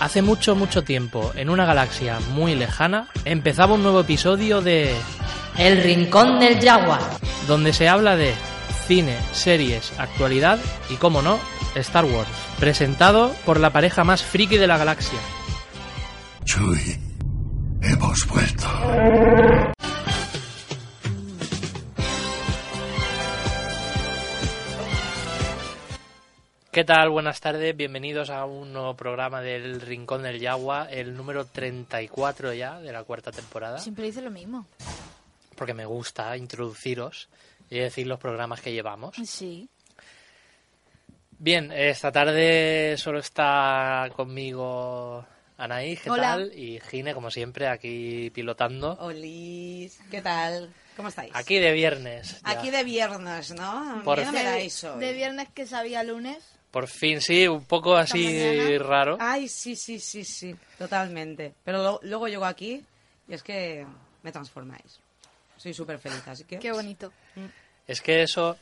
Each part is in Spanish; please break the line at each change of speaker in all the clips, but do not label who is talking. Hace mucho, mucho tiempo, en una galaxia muy lejana, empezaba un nuevo episodio de...
El Rincón del Jaguar.
donde se habla de cine, series, actualidad y, como no, Star Wars, presentado por la pareja más friki de la galaxia.
Chuy, hemos vuelto.
¿Qué tal? Buenas tardes, bienvenidos a un nuevo programa del Rincón del Yagua, el número 34 ya de la cuarta temporada,
Siempre dice lo mismo.
porque me gusta introduciros y decir los programas que llevamos.
Sí.
Bien, esta tarde solo está conmigo Anaís, ¿qué
Hola.
tal? Y Gine, como siempre, aquí pilotando.
Olis, ¿qué tal? ¿Cómo estáis?
Aquí de viernes. ya.
Aquí de viernes, ¿no?
Por-
Por no me eh. dais hoy.
De viernes que sabía lunes.
Por fin, sí, un poco así
mañana.
raro.
Ay, sí, sí, sí, sí, totalmente. Pero lo- luego llego aquí y es que me transformáis. Soy súper feliz, así que...
Qué bonito.
Es que eso,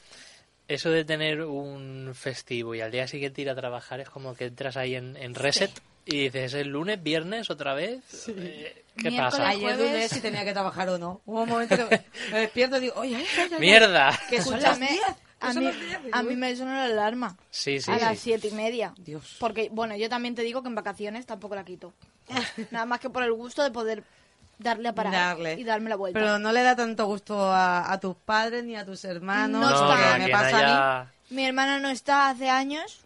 eso de tener un festivo y al día siguiente ir a trabajar es como que entras ahí en, en reset y dices, ¿es lunes, viernes otra vez? Eh, ¿Qué
Miércoles.
pasa?
pues, Ayer
jueves-
dudé si tenía que trabajar o no. Hubo un momento que me despierto y digo, oye, ay, ay, ay, ay,
¡Mierda!
Que son las 10. que
a
son
mí,
las 10.
a mí me sonó la alarma.
Sí, sí,
a las
sí.
siete y media.
Dios.
Porque, bueno, yo también te digo que en vacaciones tampoco la quito. Nada más que por el gusto de poder darle a parar
Darle.
y darme la vuelta.
Pero no le da tanto gusto a, a tus padres ni a tus hermanos.
No,
lo
está.
que
que a
me
quien
pasa a mí.
haya-
Mi hermana no está hace años.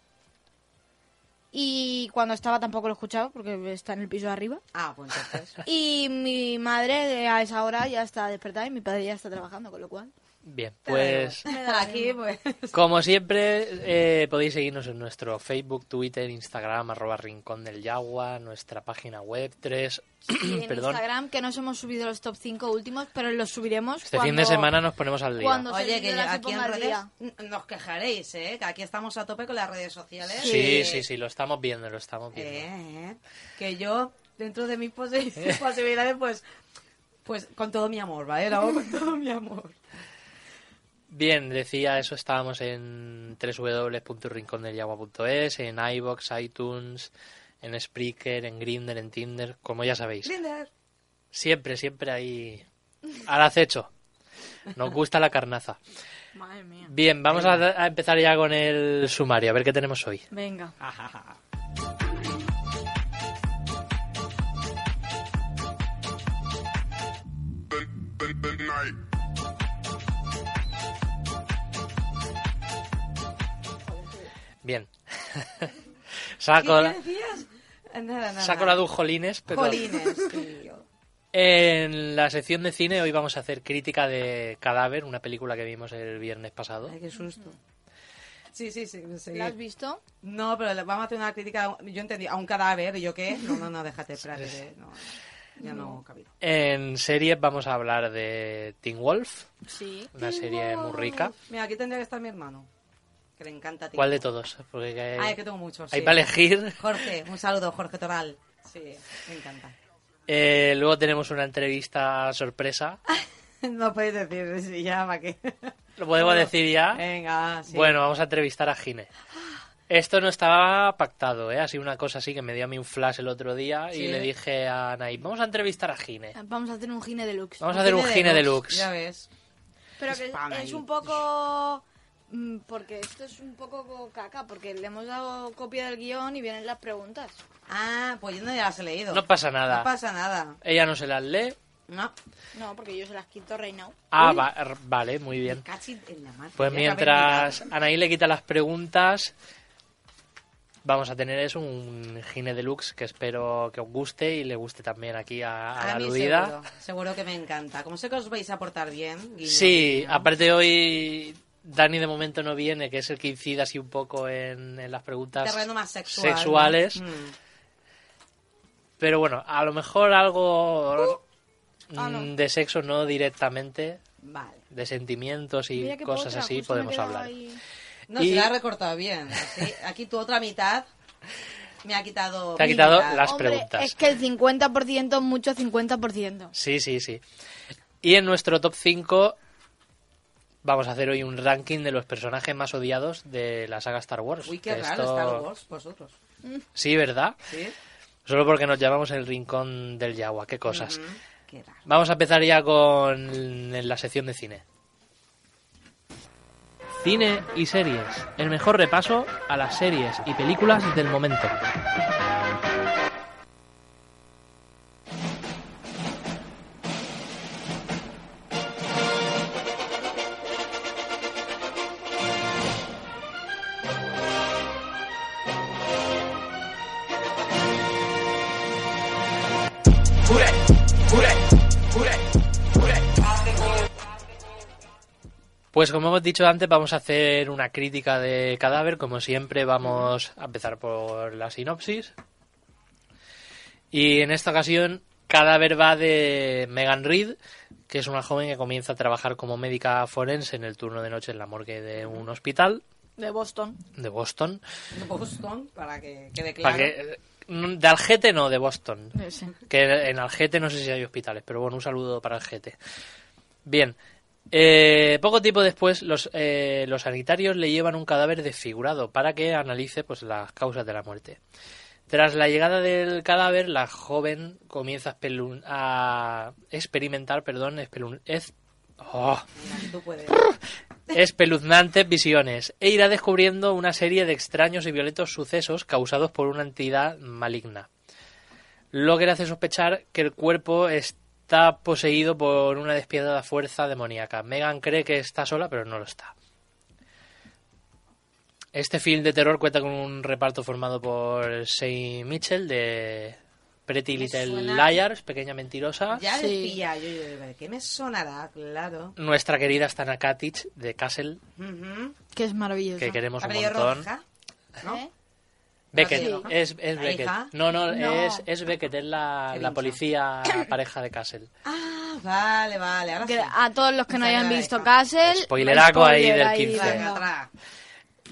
Y cuando estaba tampoco lo escuchaba porque está en el piso de arriba.
Ah, pues entonces...
Y mi madre eh, a esa hora ya está despertada y mi padre ya está trabajando, con lo cual.
Bien, pues...
Aquí, pues...
Como siempre, eh, podéis seguirnos en nuestro Facebook, Twitter, Instagram, arroba Rincón del Yagua, nuestra página web 3...
Y en
Perdón,
Instagram que nos hemos subido los top 5 últimos, pero los subiremos
este
cuando...
fin de semana nos ponemos al día.
cuando- Entonces,
Oye,
el
que
vídeo
yo-
se
aquí en
ponga al
redes
día.
n- nos quejaréis, ¿eh? Que aquí estamos a tope con las redes sociales.
Sí, sí, sí, lo estamos viendo, lo estamos viendo.
Eh, eh. Que yo, dentro de mis posi- posibilidades, pues, pues con todo mi amor, ¿vale? Lo hago con todo mi amor.
Bien, decía eso, estábamos en www.rincondeljagua.es, en iBox, iTunes, en Spreaker, en Grindr, en Tinder, como ya sabéis.
Grindr.
Siempre, siempre ahí al acecho. Nos gusta la carnaza.
Madre mía.
Bien, vamos a, a empezar ya con el sumario, a ver qué tenemos hoy.
Venga.
Ajaja.
Bien.
¿Qué,
saco, la,
qué decías? Nada, nada.
saco la Dujolines, pero...
Jolines, tío.
En la sección de cine hoy vamos a hacer crítica de Cadáver, una película que vimos el viernes pasado.
Ay, qué susto. Sí, sí, sí. sí.
¿La has visto?
No, pero le vamos a hacer una crítica. Yo entendí, a un cadáver, ¿y yo qué? No, no, no, déjate, espérate. que No, ya no cabía.
En series vamos a hablar de Teen Wolf,
Sí.
una serie muy rica.
Mira, aquí tendría que estar mi hermano, que le encanta a ti.
¿Cuál de todos? Porque hay,
Ay, Ah, que tengo muchos.
hay
sí.
para elegir.
Jorge, un saludo, Jorge Toral. Sí, me encanta.
Eh, luego tenemos una entrevista sorpresa.
Ah. No podéis decir, sí, ya, ¿para qué?
¿Lo podemos decir ya?
Venga, eh, sí.
Bueno, vamos a entrevistar a Gine. Esto no estaba pactado, ¿eh? Ha sido una cosa así que me dio a mí un flash el otro día y
Sí. Ah,
le dije a Naip, vamos a entrevistar a Gine.
Vamos a hacer un gine deluxe.
Vamos a hacer un Gine
Ya
Deluxe.
ves.
Pero que
Spam ahí.
es un poco... mm, Porque esto es un poco co- caca, porque le hemos dado copia del guión y vienen las preguntas.
Ah, pues yo no ya las he leído.
No pasa
No
nada.
pasa nada.
Ella no se las lee.
No.
No, porque yo se las quito right now.
Ah, va- r- vale, muy bien.
Casi en la mar.
Pues
Ya te habéis
mientras Anaí le quita las preguntas, vamos a tener eso, un Gine Deluxe que espero que os guste y le guste también aquí a, a
A
la
mí
aludida.
seguro, seguro que me encanta. Como sé que os vais a portar bien. guiño,
Sí,
guiño.
aparte hoy Dani de momento no viene, que es el que incide así un poco en, en las preguntas
Terreno más sexual. ¿no?
sexuales.
Mm.
Pero bueno, a lo mejor algo mm,
Ah, no.
de sexo no directamente,
Vale.
de sentimientos y
Mira qué
cosas
potra,
así
justo me he
podemos
quedado
hablar.
ahí.
No,
Y-
se la ha recortado bien. así. Aquí tu otra mitad me ha quitado.
Te ha
mi
quitado
mitad.
la- Las
Hombre,
preguntas.
Es que el 50% mucho 50%.
Sí, sí, sí. Y en nuestro top 5 vamos a hacer hoy un ranking de los personajes más odiados de la saga Star Wars.
Uy, qué raro
Esto-
Star Wars, vosotros.
Sí, ¿verdad?
¿Sí?
Solo porque nos llamamos el rincón del Yagua, qué cosas.
Ujú, Qué raro.
Vamos a empezar ya con la sección de cine. Cine y series. El mejor repaso a las series y películas del momento. Pues como hemos dicho antes, vamos a hacer una crítica de cadáver. Como siempre, vamos a empezar por la sinopsis. Y en esta ocasión, cadáver va de Megan Reed, que es una joven que comienza a trabajar como médica forense en el turno de noche en la morgue de un hospital
De Boston.
de Boston.
Boston, para que quede claro.
Para que, mm, de Algete no, de Boston.
Sí.
Que en Algete no sé si hay hospitales, pero bueno, un saludo para Algete. Bien. Eh, poco tiempo después, los, eh, los sanitarios le llevan un cadáver desfigurado para que analice pues, las causas de la muerte. Tras la llegada del cadáver, la joven comienza a, espelun- a experimentar perdón, espelun- ez- oh,
Tú puedes.
espeluznantes visiones e irá descubriendo una serie de extraños y violentos sucesos causados por una entidad maligna. Lo que le hace sospechar que el cuerpo está poseído por una despiadada fuerza demoníaca. Megan cree que está sola, pero no lo está. Este film de terror cuenta con un reparto formado por Shane Mitchell de Pretty
Me
Little
suena-
Liars, Pequeña Mentirosa.
Ya
Sí.
decía yo, yo, yo, ¿qué me sonará? Claro.
Nuestra querida Stana Katic de Castle,
Ujú.
Que es maravilloso.
que queremos un
Cabello
montón.
roja. ¿no?
¿Eh?
Beckett,
Sí.
es, es
¿La
Beckett.
hija?
No, no,
No.
Es, es Beckett, es la,
Qué
la
pincha.
policía pareja de Castle.
Ah, vale, vale. Ahora sí.
Que a todos los que no
Esa
hayan
era la
visto
hija.
Castle.
Spoileraco ahí
spoiler
del
ahí
15.
diciendo.
Venga, atrás.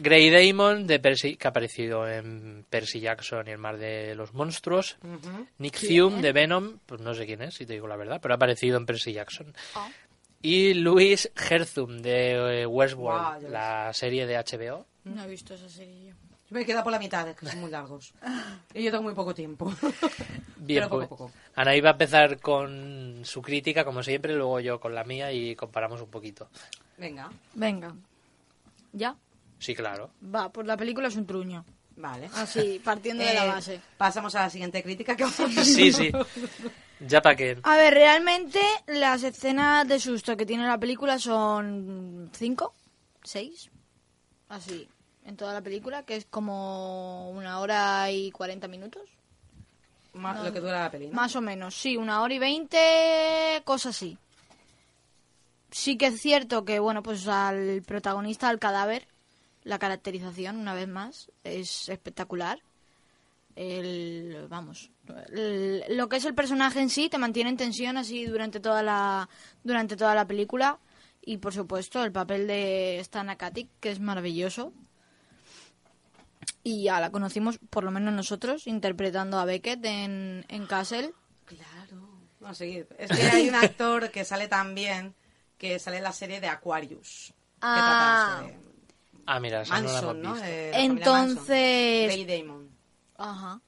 Grey Damon, de Percy, que ha aparecido en Percy Jackson y el mar de los monstruos.
Ujú.
Nick Fume, de Venom, pues no sé quién es, si te digo la verdad, pero ha aparecido en Percy Jackson.
Ah.
Y Louis Herzum, de eh, Westworld,
Guau, ya
la serie de HBO.
No he visto esa serie yo.
Yo me he quedado por la mitad, es que son muy largos. Y yo tengo muy poco tiempo.
Bien,
Pero poco
pues,
a poco.
Anaí va a empezar con su crítica, como siempre, luego yo con la mía y comparamos un poquito.
Venga,
Venga. ¿Ya?
Sí, claro.
Va, pues la película es un truño.
vale.
Así, partiendo de la
Eh,
base.
Pasamos a la siguiente crítica que vamos a
Sí, sí. Ya para que.
A ver, realmente las escenas de susto que tiene la película son cinco, seis, así, en toda la película, que es como una hora y cuarenta minutos.
Ma- Lo que dura la peli. ¿no?
Más o menos, sí, una hora y veinte, cosas así. Sí que es cierto que, bueno, pues al protagonista, al cadáver, la caracterización, una vez más, es espectacular. El, vamos, el- lo que es el personaje en sí te mantiene en tensión así durante toda la, durante toda la película. Y, por supuesto, el papel de Stan Akatic, que es maravilloso. Y ya la conocimos, por lo menos nosotros, interpretando a Beckett en, en Castle.
Claro. No, sí, Es que hay un actor que sale también, que sale en la serie de Aquarius.
Ah.
Que trata sobre
Ah, mira, esa no la
Manson,
hemos
¿no?
visto.
Eh, la familia Manson.
Entonces-
Ray Damon.
Ajá.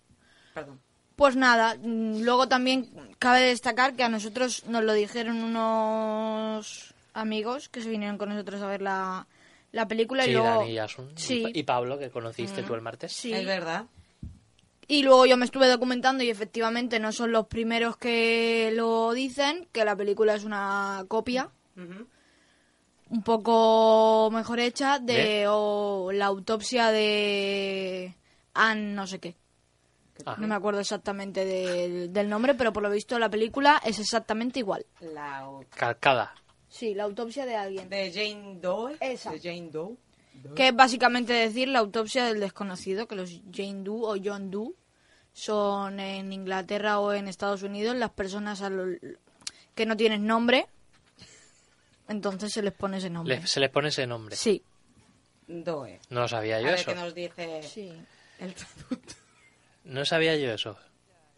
Perdón.
Pues nada, mm, luego también cabe destacar que a nosotros nos lo dijeron unos amigos que se vinieron con nosotros a ver la, la película
Sí,
y luego...
Dani y Asun.
Sí,
Y Pablo, que conociste tú el martes.
sí.
Es verdad.
Y luego yo me estuve documentando y efectivamente no son los primeros que lo dicen, que la película es una copia
Ujú.
un poco mejor hecha de
¿De?
o la autopsia de Anne no sé qué.
Ah.
No me acuerdo exactamente del, del nombre, pero por lo visto la película es exactamente igual.
La au-
Calcada.
Sí, la autopsia de alguien.
de Jane Doe.
Esa.
De Jane Doe.
Que es básicamente decir la autopsia del desconocido, que los Jane Doe o John Doe son en Inglaterra o en Estados Unidos las personas a lo- que no tienen nombre, entonces se les pone ese nombre.
Le- se les pone ese nombre.
Sí.
Doe.
No sabía
A
yo
ver
eso.
qué nos dice
Sí.
el traductor.
No sabía yo eso.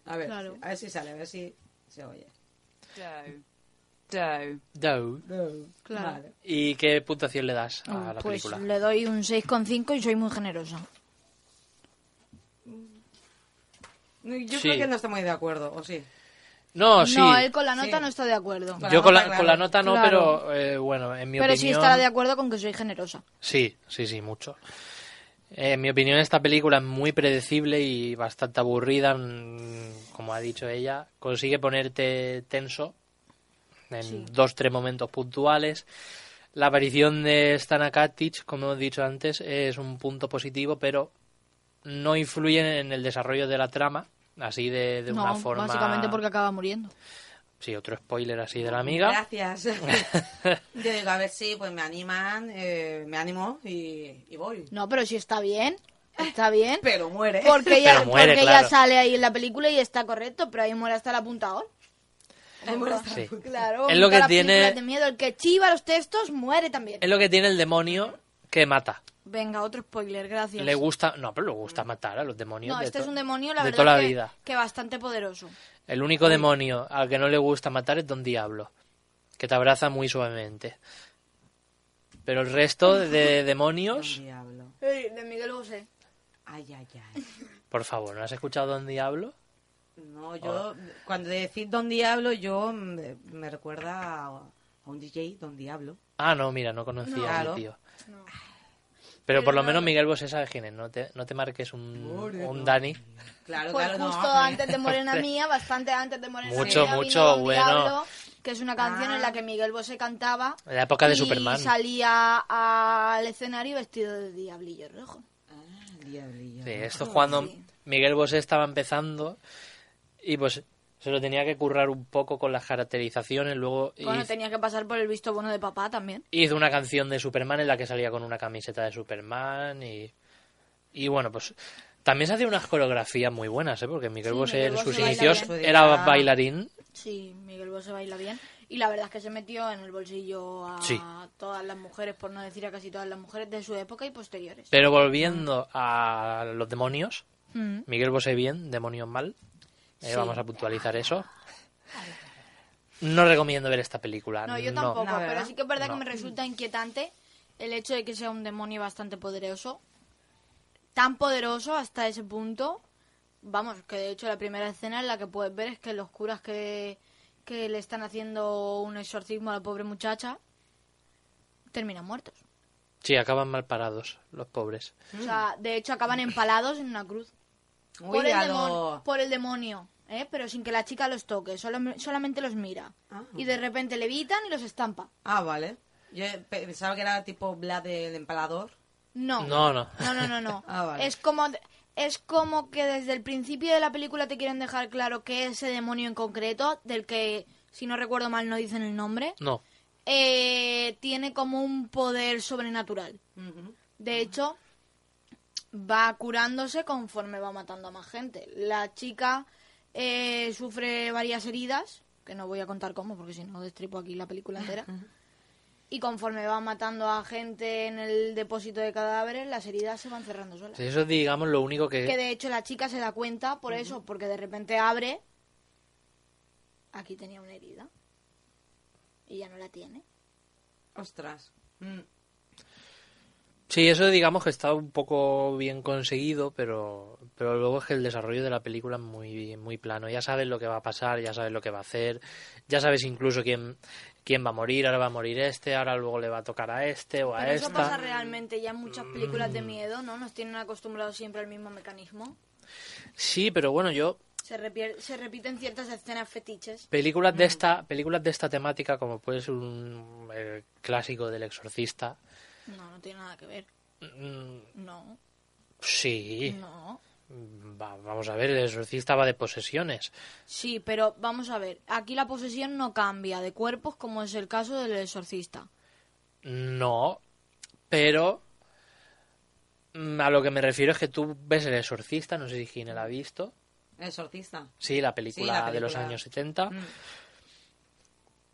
A ver,
Claro.
a ver si sale, a ver si se oye.
Doe. Doe.
Doe.
Doe.
Claro.
Vale.
¿Y qué puntuación le das a la
pues
película?
le doy un 6,5 y soy muy generosa.
Yo
Sí.
creo que él no está muy de acuerdo, ¿o sí?
No, sí.
No, él con la nota
Sí.
no está de acuerdo.
Con la
Yo con la,
nota,
con la
claro.
nota no,
Claro.
pero eh, bueno, en mi
Pero sí
opinión.
estará de acuerdo con que soy generosa.
Sí, sí, sí, mucho. Eh, en mi opinión, esta película es muy predecible y bastante aburrida, mm, como ha dicho ella. Consigue ponerte tenso en dos, tres momentos puntuales. La aparición de Stana Katic, como he dicho antes, es un punto positivo, pero no influye en el desarrollo de la trama, así de, de
no,
una forma...
básicamente porque acaba muriendo.
Sí, otro spoiler así de la amiga.
Gracias. Yo digo, a ver si pues me animan, eh, me animo y, y voy.
No, pero si está bien, está bien.
Pero muere.
Porque ella,
Pero muere,
porque
claro.
ella sale ahí en la película y está correcto, pero ahí muere hasta el apuntador.
Ay, muere hasta-
Sí.
Claro,
Es lo que
todas las
tiene-
películas de miedo, el que chiva los textos muere también.
Es lo que tiene el demonio que mata.
Venga, otro spoiler, gracias.
Le gusta, no, pero le gusta matar a los demonios.
no,
de
este
to-
es un demonio, la
de
verdad,
toda la
que,
vida.
que bastante poderoso.
El único demonio al que no le gusta matar es Don Diablo, que te abraza muy suavemente. Pero el resto de demonios,
Diablo.
De Miguel Bosé.
Ay, ay, ay.
por favor, ¿no has escuchado Don Diablo?
No, yo, cuando decís Don Diablo, yo mm, me recuerda a, a un DJ, Don Diablo.
Ah, no, mira, no conocía
No.
a ese
Claro.
tío. Pero por lo menos Miguel Bosé sabe quién es, no te, no te marques un, un Dani.
Claro,
Pues
claro,
justo
no.
antes de Morena Mía, bastante antes de Morena
Mucho,
Mía, vino
mucho,
Don
bueno.
Diablo, que es una canción en la que Miguel Bosé cantaba.
En la época de
y
Superman.
salía al escenario vestido de diablillo rojo.
Ah, diablillo.
Sí, esto es cuando Miguel Bosé estaba empezando y pues se lo tenía que currar un poco con las caracterizaciones, luego
Bueno,
hizo-
tenía que pasar por el visto bueno de papá también.
hizo una canción de Superman en la que salía con una camiseta de Superman y, y bueno, pues también se hacía unas coreografías muy buenas, ¿eh? porque Miguel
Sí,
Bosé
Miguel
en sus
Bosé baila
inicios
bien.
era bailarín.
Sí, Miguel Bosé baila bien. Y la verdad es que se metió en el bolsillo a
Sí.
todas las mujeres, por no decir a casi todas las mujeres de su época y posteriores.
Pero volviendo a los demonios,
Mm.
Miguel Bosé bien, demonios mal, eh,
Sí.
vamos a puntualizar eso. No recomiendo ver esta película.
No, yo tampoco,
No, ¿verdad?
pero sí que es verdad
No.
que me resulta inquietante el hecho de que sea un demonio bastante poderoso. Tan poderoso hasta ese punto. Vamos, que de hecho la primera escena en la que puedes ver es que los curas que, que le están haciendo un exorcismo a la pobre muchacha terminan muertos.
Sí, acaban mal parados los pobres.
O sea,
Mm.
de hecho acaban empalados en una cruz.
Uy,
por, el
a lo-
demon- por el demonio, ¿eh? pero sin que la chica los toque, solo- solamente los mira.
Ah.
Y de repente levitan y los estampa.
Ah, vale. Yo pe- pensaba que era tipo Vlad el empalador.
No.
No, no.
No, no, no, no.
Ah, vale.
Es como es como que desde el principio de la película te quieren dejar claro que ese demonio en concreto, del que si no recuerdo mal no dicen el nombre,
No.
eh, tiene como un poder sobrenatural. De hecho, va curándose conforme va matando a más gente. La chica eh, sufre varias heridas, que no voy a contar cómo, porque si no destripo aquí la película entera. Y conforme va matando a gente en el depósito de cadáveres, las heridas se van cerrando solas.
Eso es, digamos, lo único
Que de hecho la chica se da cuenta por eso, porque de repente abre. Aquí tenía una herida. Y ya no la tiene.
Ostras. Mm.
Sí, eso digamos que está un poco bien conseguido, pero, pero luego es que el desarrollo de la película es muy, muy plano. Ya sabes lo que va a pasar, ya sabes lo que va a hacer, ya sabes incluso quién, quién va a morir, ahora va a morir este, ahora luego le va a tocar a este o a
Pero eso
esta.
pasa realmente ya en muchas películas de miedo, ¿no? Nos tienen acostumbrados siempre al mismo mecanismo.
Sí, pero bueno, yo
Se, repier- se repiten ciertas escenas fetiches.
películas
Mm.
de esta, películas de esta temática, como puede ser un el clásico del exorcista,
No, no tiene nada que ver.
mm,
No,
sí,
no. Mm.
va- vamos a ver, el exorcista va de posesiones.
Sí, pero vamos a ver. Aquí la posesión no cambia de cuerpos como es el caso del exorcista.
No, pero mm, a lo que me refiero es que tú ves el exorcista, no sé si Gine la ha visto,
El exorcista.
Sí, la película,
Sí, la
de los
película.
años 70.
Mm.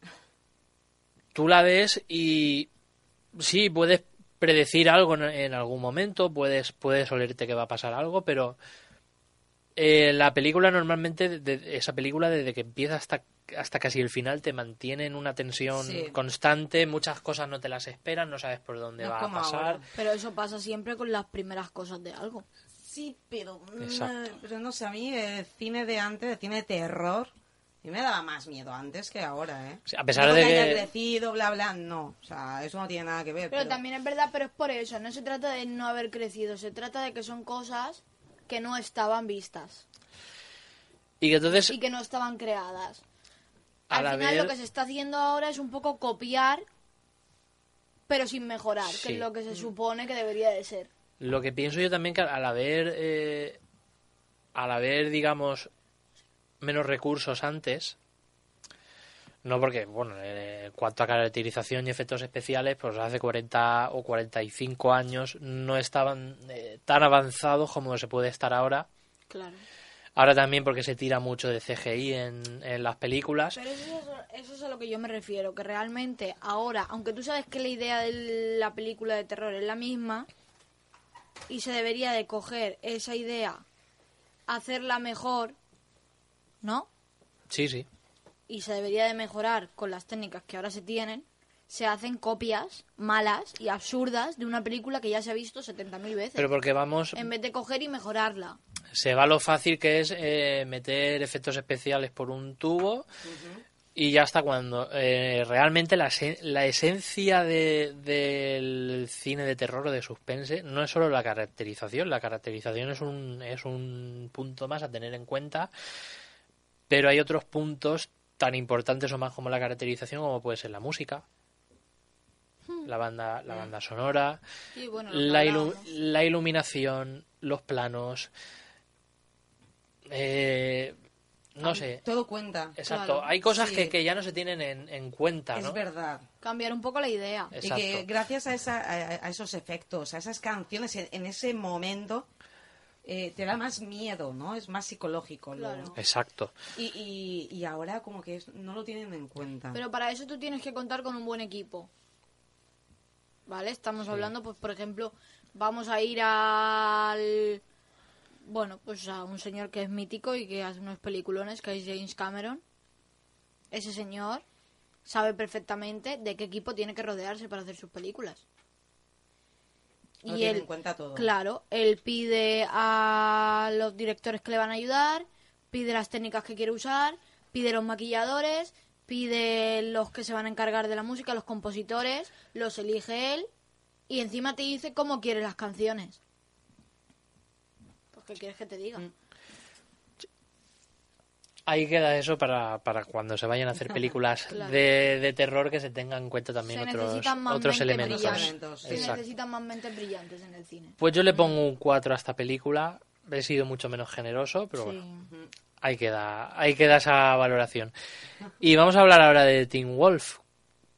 Tú la ves y sí, puedes predecir algo en, en algún momento, puedes, puedes olerte que va a pasar algo, pero eh, la película normalmente, de- de- esa película desde que empieza hasta, hasta casi el final te mantiene en una tensión
Sí.
constante, muchas cosas no te las esperan, no sabes por dónde
No es
va a
como
pasar.
ahora.
Pero eso pasa siempre con las primeras cosas de algo.
Sí, pero. mm,
Exacto.
Pero no sé, a mí el cine de antes, el cine de terror, a mí me daba más miedo antes que ahora, ¿eh?
Sí, a pesar
No porque
de que-
haya crecido, bla, bla, no. O sea, eso no tiene nada que ver.
Pero también es verdad, pero es por eso. No se trata de no haber crecido, se trata de que son cosas que no estaban vistas
Y que entonces
y que no estaban creadas.
a
Al
la
final
vez-
lo que se está haciendo ahora es un poco copiar, pero sin mejorar,
Sí.
que es lo que se supone que debería de ser.
Lo que pienso yo también que al haber, eh, al haber, digamos, menos recursos antes, no porque, bueno, eh, en cuanto a caracterización y efectos especiales, pues hace 40 o 45 años no estaban eh, tan avanzados como se puede estar ahora.
Claro.
Ahora también porque se tira mucho de CGI en, en las películas.
Pero eso, es- eso es a lo que yo me refiero, que realmente ahora, aunque tú sabes que la idea de la película de terror es la misma, y se debería de coger esa idea, hacerla mejor, ¿no?
Sí, sí.
Y se debería de mejorar con las técnicas que ahora se tienen, se hacen copias malas y absurdas de una película que ya se ha visto 70.000 veces,
Pero porque vamos,
en vez de coger y mejorarla.
se va lo fácil que es eh, meter efectos especiales por un tubo y ya está cuando eh, realmente la, esen- la esencia de- del cine de terror o de suspense no es solo la caracterización, la caracterización es un, es un punto más a tener en cuenta, pero hay otros puntos tan importantes o más como la caracterización como puede ser la música. La banda, la banda sonora,
Y bueno, lo que
la, ilu-
hablábamos.
la iluminación, los planos. eh, no sé.
Todo cuenta.
Exacto.
claro,
Hay cosas
sí.
que, que ya no se tienen en, en cuenta, ¿no?
Es verdad.
cambiar un poco la idea.
Exacto.
Y que gracias a, esa, a, a esos efectos, a esas canciones en, en ese momento, eh, te da más miedo, ¿no? Es más psicológico. ¿no?
Claro.
Exacto.
Y, y, y ahora como que es- no lo tienen en cuenta.
Pero para eso tú tienes que contar con un buen equipo. ¿Vale? Estamos hablando, pues, por ejemplo, vamos a ir al. Bueno, pues a un señor que es mítico y que hace unos peliculones, que es James Cameron. Ese señor sabe perfectamente de qué equipo tiene que rodearse para hacer sus películas.
No tiene en cuenta todo.
Claro, él pide a los directores que le van a ayudar, pide las técnicas que quiere usar, pide los maquilladores, pide los que se van a encargar de la música, los compositores, los elige él y encima te dice cómo quiere las canciones. Pues, ¿qué quieres que te diga?
Mm.
Ahí queda eso para, para cuando se vayan a hacer películas
Claro.
de, de terror que se tengan en cuenta también
se
otros,
necesitan más
otros
mentes
elementos.
brillantes. Se
Exacto.
necesitan más mentes brillantes en el cine.
Pues yo le pongo un 4 a esta película. He sido mucho menos generoso, pero
Sí.
bueno, ahí queda, ahí queda esa valoración. Y vamos a hablar ahora de Teen Wolf.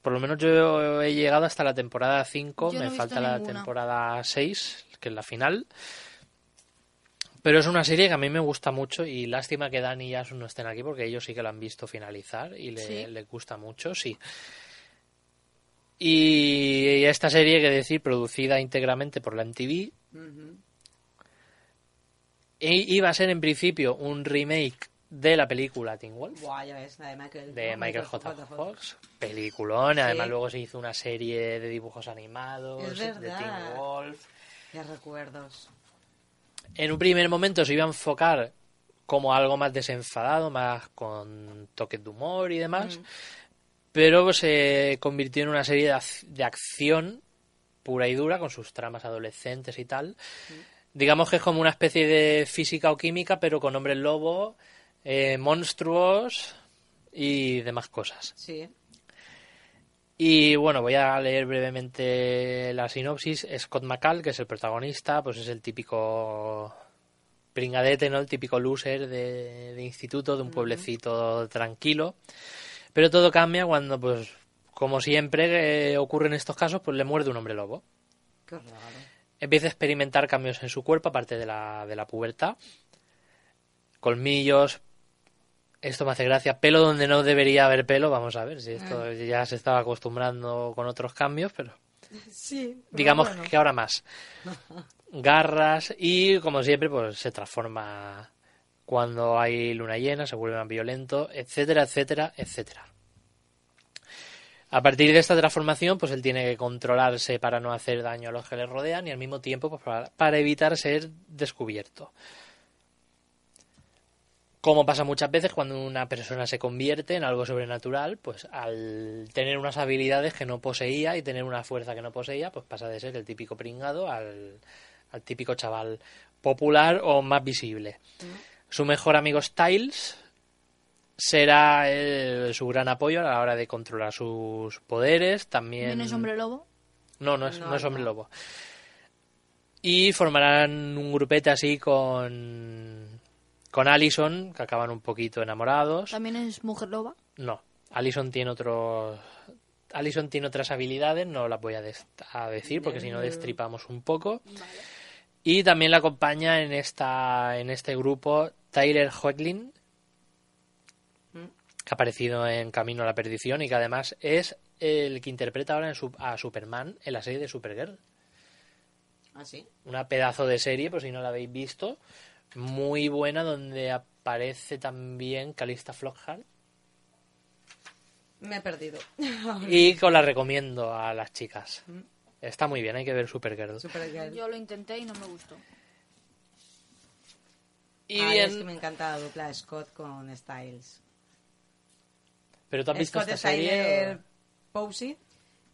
Por lo menos yo he llegado hasta la temporada 5,
Yo no
me
he visto
falta la
ninguna.
temporada 6, que es la final. Pero es una serie que a mí me gusta mucho y lástima que Dani y Asun no estén aquí porque ellos sí que la han visto finalizar y le,
¿Sí?
les gusta mucho, sí. Y esta serie, que decir, producida íntegramente por la MTV, e- iba a ser en principio un remake de la película Teen Wolf
Buah, ya ves, la de Michael,
de
no,
Michael J.
J.
Fox, peliculón, además
Sí.
luego se hizo una serie de dibujos animados,
Es
de Teen
verdad.
Wolf.
Ya recuerdos.
En un primer momento se iba a enfocar como algo más desenfadado, más con toques de humor y demás, pero se convirtió en una serie de, ac- de acción pura y dura, con sus tramas adolescentes y tal. Digamos que es como una especie de física o química, pero con hombres lobo, eh, monstruos y demás cosas.
Sí.
Y bueno, voy a leer brevemente la sinopsis. Scott McCall, que es el protagonista, pues es el típico pringadete, ¿no? El típico loser de, de instituto, de un pueblecito tranquilo. Pero todo cambia cuando, pues, como siempre eh, ocurre en estos casos, pues le muerde un hombre lobo.
Qué raro.
Empieza a experimentar cambios en su cuerpo, aparte de la, de la pubertad. colmillos. Esto me hace gracia. Pelo donde no debería haber pelo. Vamos a ver si esto ya se estaba acostumbrando con otros cambios, pero
Sí.
digamos que ahora más. Garras y como siempre pues se transforma cuando hay luna llena, se vuelve más violento, etcétera, etcétera, etcétera. A partir de esta transformación, pues él tiene que controlarse para no hacer daño a los que le rodean y al mismo tiempo pues, para, para evitar ser descubierto. Como pasa muchas veces cuando una persona se convierte en algo sobrenatural, pues al tener unas habilidades que no poseía y tener una fuerza que no poseía, pues pasa de ser el típico pringado al, al típico chaval popular o más visible. Su mejor amigo Styles será el- su gran apoyo a la hora de controlar sus poderes. También
Viene Hombre Lobo.
no, no es, no,
No,
es Hombre
no.
Lobo. Y formarán un grupete así con. con Allison, que acaban un poquito enamorados.
También es Mujer Loba.
No, Allison tiene otros. Allison tiene otras habilidades, no las voy a, des- a decir porque si no destripamos un poco. Y también la acompaña en esta en este grupo Tyler Hoechlin, que ha aparecido en Camino a la Perdición y que además es el que interpreta ahora en su- a Superman en la serie de Supergirl
¿Ah, sí?
una pedazo de serie, por si no la habéis visto, muy buena donde aparece también Calista Flockhart
Me he perdido.
y que os la recomiendo a las chicas. Está muy bien, hay que ver Supergirl.
Supergirl.
Yo lo intenté y no me gustó.
Y
Ay,
bien,
es que me encanta la dupla Scott con Styles.
pero tú has visto
Scott
esta
Tyler
serie
Posey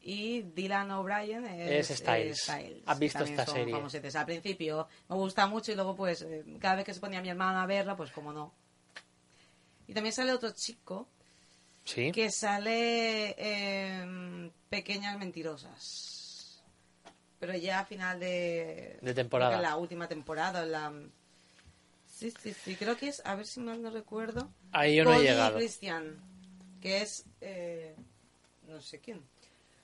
y Dylan O'Brien es,
Es Styles. ¿Has visto
También
esta
son
serie?
famosetes. Al principio me gusta mucho y luego pues eh, cada vez que se ponía mi hermana a verla, pues como no. Y también sale otro chico
sí,
que sale en Pequeñas Mentirosas. Pero ya a final de...
De temporada.
creo que La última temporada. La... Sí, sí, sí. Creo que es, a ver si mal no recuerdo.
ahí yo no he
Cody
llegado.
Christian, que es... eh, no sé quién.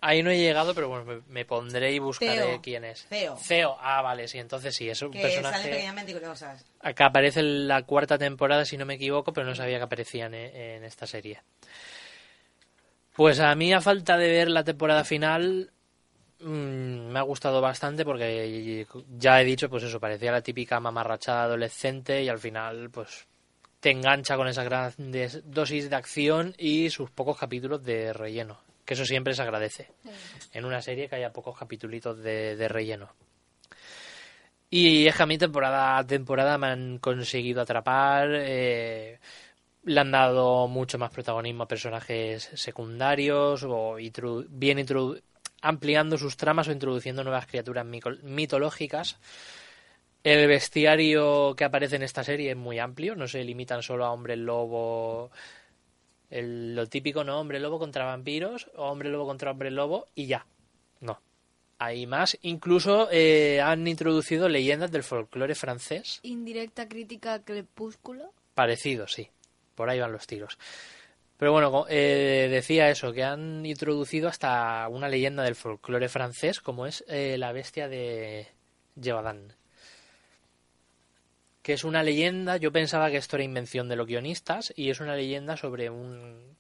Ahí no he llegado, pero bueno, me, me pondré y buscaré
Theo.
quién es.
Theo.
Ah, vale, sí, entonces sí, es un
Que sale en
personaje...
Pequeñas Mentirosas.
Acá aparece en la cuarta temporada, si no me equivoco, pero no sabía que aparecían eh, en esta serie. Pues a mí, a falta de ver la temporada final, mm, me ha gustado bastante porque ya he dicho, pues eso, parecía la típica mamarrachada adolescente y al final, pues te engancha con esas grandes dosis de acción y sus pocos capítulos de relleno. Que eso siempre se agradece. En una serie que haya pocos capítulos de, de relleno. Y es que a mí temporada a temporada me han conseguido atrapar. eh, le han dado mucho más protagonismo a personajes secundarios o intru- bien introdu- ampliando sus tramas o introduciendo nuevas criaturas mico- mitológicas. El bestiario que aparece en esta serie es muy amplio, no se limitan solo a hombre lobo, el- lo típico, ¿no? Hombre lobo contra vampiros, o hombre lobo contra hombre lobo y ya. No, hay más. Incluso eh, han introducido leyendas del folclore francés
Indirecta crítica a Crepúsculo.
parecido, sí. Por ahí van los tiros. Pero bueno, co- eh, decía eso, que han introducido hasta una leyenda del folclore francés, como es eh, la bestia de Yevadán. Que es una leyenda, yo pensaba que esto era invención de los guionistas, y es una leyenda sobre un,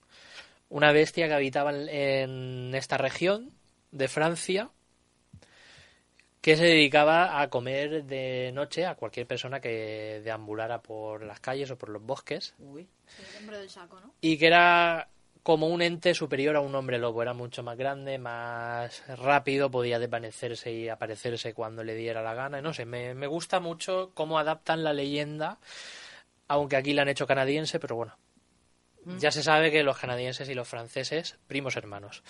una bestia que habitaba en- en esta región de Francia, que se dedicaba a comer de noche a cualquier persona que deambulara por las calles o por los bosques
Uy.
El hombre del saco, ¿no?
y que era como un ente superior a un hombre lobo, era mucho más grande, más rápido, podía desvanecerse y aparecerse cuando le diera la gana, no sé, me, me gusta mucho cómo adaptan la leyenda, aunque aquí la han hecho canadiense, pero bueno,
Mm.
ya se sabe que los canadienses y los franceses, primos hermanos.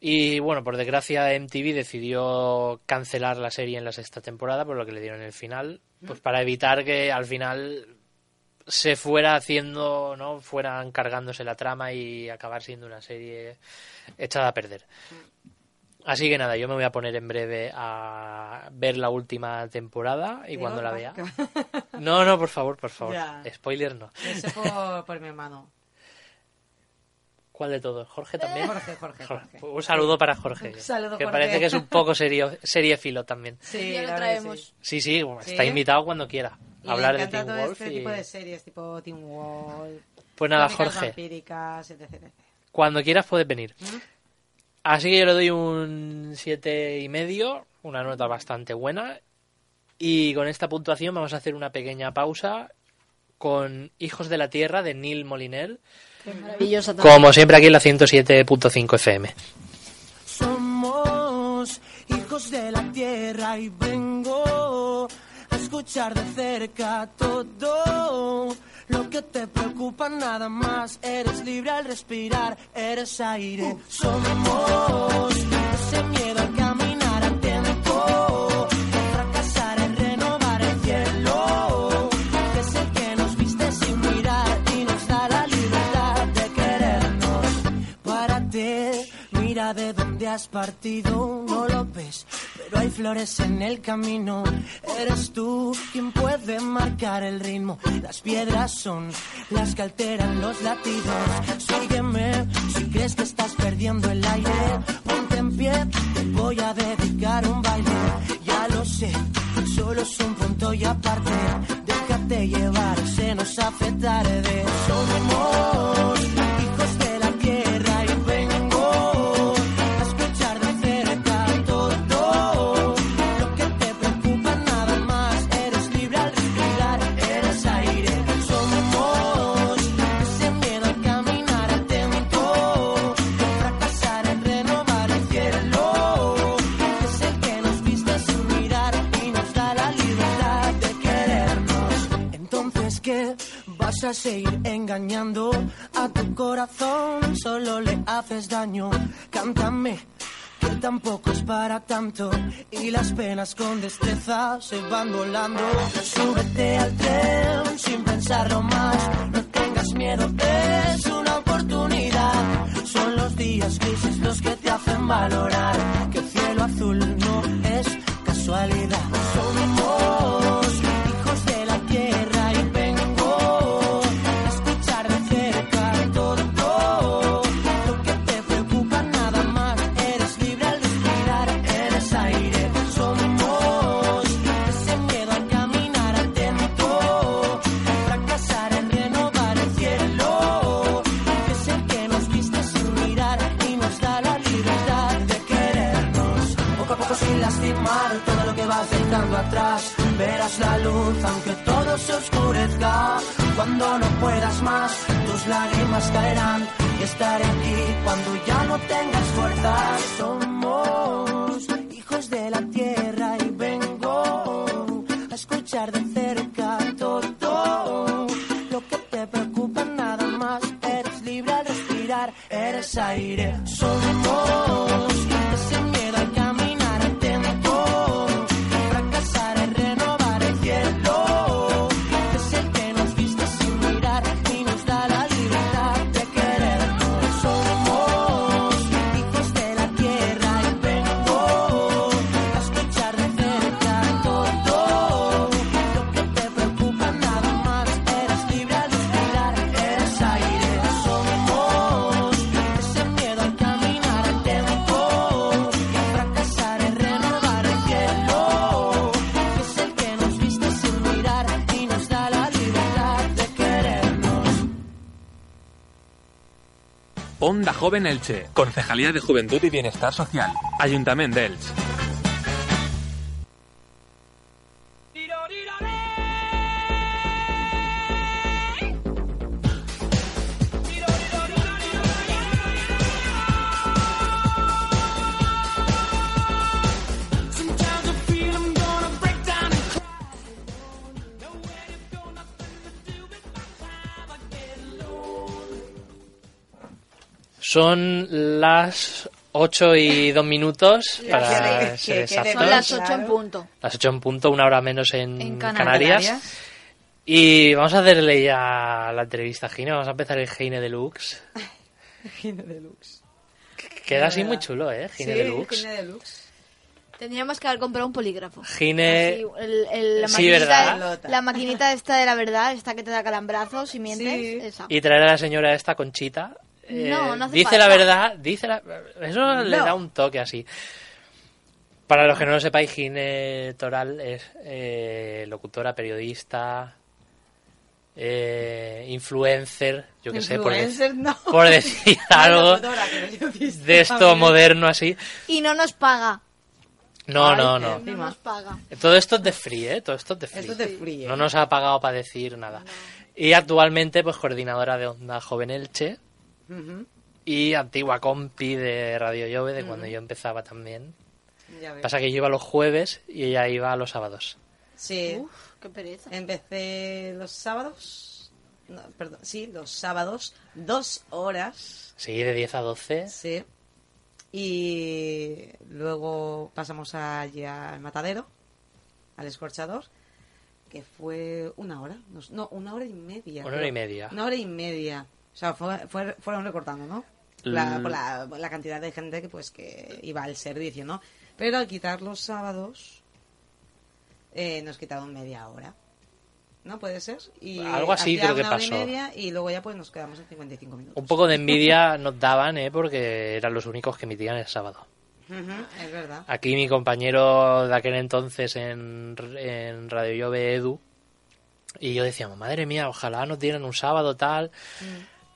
Y bueno, por desgracia MTV decidió cancelar la serie en la sexta temporada, por lo que le dieron el final,
Mm.
pues para evitar que al final se fuera haciendo, ¿no? Fueran cargándose la trama y acabar siendo una serie echada a perder.
Mm.
Así que nada, yo me voy a poner en breve a ver la última temporada y
Digo,
cuando la
va,
vea.
que va.
No, no, por favor, por favor.
Ya.
Spoiler no.
Ese por, por mi hermano.
¿Cuál de todos? ¿Jorge también?
Jorge, Jorge, Jorge.
Jorge. Un saludo para Jorge.
Un saludo,
que
Jorge.
parece que es un poco serio, seriefilo también.
Sí,
ya lo
la verdad que
traemos.
sí.
Sí, sí, bueno,
¿Sí?
está invitado cuando quiera.
Y me
hablar de
encanta
Teen
todo
Wolf.
este
y-
tipo de series, tipo Teen Wolf.
Pues nada,
crónicas
Jorge.
vampíricas, etc, etc.
Cuando quieras puedes venir.
¿Mm?
Así que yo le doy un siete y medio, una nota bastante buena. Y con esta puntuación vamos a hacer una pequeña pausa con Hijos de la Tierra de Neil Moliner,
Maravillosa también.
como siempre aquí en la 107.5 FM.
Somos hijos de la tierra y vengo a escuchar de cerca todo lo que te preocupa nada más. Eres libre al respirar, eres aire. Somos ese miedo al caminar a tiempo, al fracasar, al renovar el cielo. Que sé que nos viste sin mirar y nos da la libertad de querernos. Párate, mira de dónde has partido, no lo ves, pero hay flores en el camino. Eres tú quien puede marcar el ritmo. Las piedras son las que alteran los latidos. Sígueme, si crees que estás perdiendo el aire, ponte en pie, te voy a dedicar un baile. Ya lo sé, solo es un punto y aparte. Déjate llevar, se nos hace tarde. Somos hijos de la tierra y vengo a escuchar de cerca todo lo que te preocupa nada más. Eres libre al respirar, eres aire. Somos ese miedo al caminar atento, fracasar en renovar el cielo. Es el que nos viste sin mirar y nos da la libertad de querernos. Entonces, ¿qué? Vas a seguir engañando a tu corazón, solo le haces daño. Cántame, que tampoco es para tanto. Y las penas con destreza se van volando. Súbete al tren sin pensarlo más. No tengas miedo, es una oportunidad. Son los días grises los que te hacen valorar que el cielo azul no es casualidad. Somos hijos de la tierra y vengo a escuchar de cerca todo lo que te preocupa nada más. Eres libre al respirar, eres aire. Somos ese miedo al caminar atento, al fracasar en renovar el cielo. Que es el que nos viste sin mirar y nos da la libertad de querernos. Poco a poco sin lastimar todo lo que vas dejando atrás. Verás la luz aunque todo se oscurezca. Cuando no puedas más, tus lágrimas caerán. Y estaré aquí cuando ya no tengas fuerzas. Somos hijos de la tierra y vengo a escuchar de cerca todo lo que te preocupa nada más. Eres libre al respirar, eres aire. Somos ese miedo al caminar atento, al fracasar, al renovar el cielo. Es el que nos viste sin mirar y nos da la libertad de querernos. Somos hijos de la tierra y vengo a escuchar de cerca todo lo que te preocupa nada más. Eres libre al respirar, eres aire. Somos ese miedo al caminar al tiempo y al fracasar es renovar el cielo. Es el que nos viste sin mirar y nos da la libertad de querernos.
Onda Joven Elche, Concejalía de Juventud y Bienestar Social, Ayuntamiento de Elche.
Son las 8 y 2 minutos, para
Gracias,
ser
que quede
exactos.
Son las
Las
ocho en punto.
8 en punto, una hora menos en,
En
Canarias.
Canarias.
Y vamos a hacerle ya la entrevista a Gine. Vamos a empezar el Gine Deluxe.
Gine Deluxe.
Queda
De
así muy
verdad.
chulo, ¿eh? Gine
sí,
Deluxe.
Gine Deluxe.
Tendríamos que haber comprado un polígrafo.
Gine...
Así, el- el- la,
Eh, sí,
maquinita,
¿verdad?
la maquinita esta de la verdad, esta que te da calambrazos y mientes,
Sí.
esa.
Y traer a la señora esta conchita. eh,
No, no hace
dice la
falta.
verdad, dice la... Eso le
No.
da un toque así. Para los que no lo sepáis, Gine Toral es eh, locutora, periodista, eh, influencer, yo que sé, por, de-
Influencer, no.
por decir
Una
algo
locutora, periodista,
de esto
también.
moderno así.
Y no nos paga.
No,
Ay,
no,
qué
no.
No
Prima.
nos paga.
Todo esto es de free, ¿eh? Todo esto es de free.
Esto es de free, ¿eh?
No nos ha pagado para decir nada. Y actualmente, pues, coordinadora de Onda Joven Elche
Ujú,
y antigua compi de Radio Llove, de cuando yo empezaba también.
ya ves.
Pasa que yo iba los jueves y ella iba los sábados.
Sí.
Uf, qué pereza.
Empecé los sábados. no, perdón, sí, los sábados, dos horas.
Sí, de 10 a 12.
Sí. Y luego pasamos allí al matadero, al escorchador, que fue una hora. No, s- no, una hora y media.
Una
creo.
hora y media.
Una hora y media. O sea, fue- fue- fueron recortando, ¿no? La,
Mm.
por la, por la cantidad de gente que pues que iba al servicio, ¿no? Pero al quitar los sábados, eh, nos quitaron media hora. ¿No puede ser? Y
Algo así
hacía
creo que
una hora y
pasó.
media y luego ya pues nos quedamos en 55 minutos.
Un poco de envidia nos daban, ¿eh? Porque eran los únicos que emitían el sábado.
Ujú, es verdad.
Aquí mi compañero de aquel entonces en, en Radio Llove, Edu, y yo decíamos, madre mía, ojalá nos dieran un sábado tal.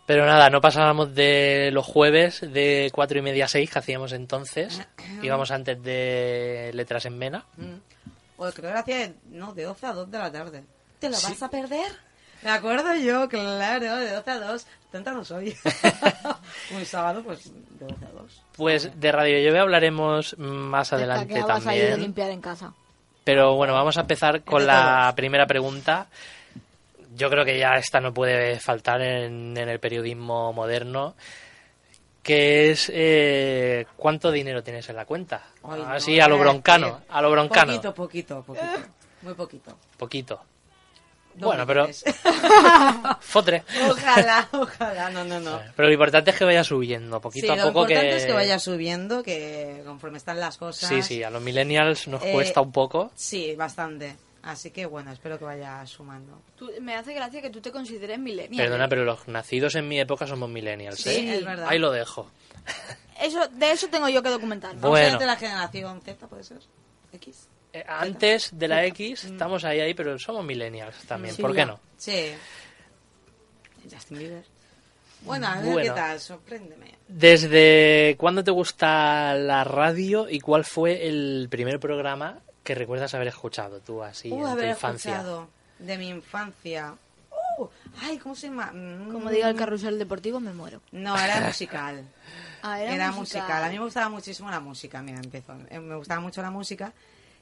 Pero nada, no pasábamos de los jueves de cuatro y media a seis que hacíamos entonces. Íbamos antes de Letras en Mena.
Mm. Pues creo que hacía, no, de 12 a 2 de la tarde. ¿Te lo vas a perder? Me acuerdo yo, claro, de 12 a 2. Tanta no soy. Un sábado, pues, de 12 a 2.
Pues de Radio Llove hablaremos más adelante
Esta que has ido a
también.
limpiar en casa.
Pero bueno, vamos a empezar con
de
la
todos.
primera pregunta. Yo creo que ya esta no puede faltar en, en el periodismo moderno, que es eh, cuánto dinero tienes en la cuenta.
Ay, no,
Así a lo
espérate.
broncano, a lo broncano,
Poquito, poquito, poquito. Muy poquito.
poquito.
Dos
Bueno, pero-
millones.
Fotre.
ojalá, ojalá, no, no, no.
Pero lo importante es que vaya subiendo,
Sí,
poquito
lo
a poco.
importante es que vaya subiendo, que conforme están las cosas.
Sí, sí, a los millennials nos
Eh,
cuesta un poco.
Sí, bastante. Así que bueno, espero que vaya sumando.
Tú- me hace gracia que tú te consideres millennial.
Perdona, pero los nacidos en mi época somos millennials,
eh. Sí,
¿eh?
es verdad.
Ahí lo dejo.
Eso, de eso tengo yo que documentarme.
Bu- Bueno.
de la generación Z, puede ser. X.
Eh, Antes de la X estamos ahí, ahí, pero somos millennials también.
Sí,
¿Por qué
ya.
no?
Mm. Sí. Justin Bieber. Bueno, a ver
Bueno.
qué tal, sorpréndeme.
¿Desde cuándo te gusta la radio y cuál fue el primer programa que recuerdas haber escuchado tú así
uh,
en tu
haber
infancia?
escuchado de mi infancia. Uh, ay, ¿cómo se llama? Mm.
Como diga el carrusel deportivo, me muero.
No, era musical.
Ah,
era musical. A mí me gustaba muchísimo la música, mira, empezó. Eh, Me gustaba mucho la música.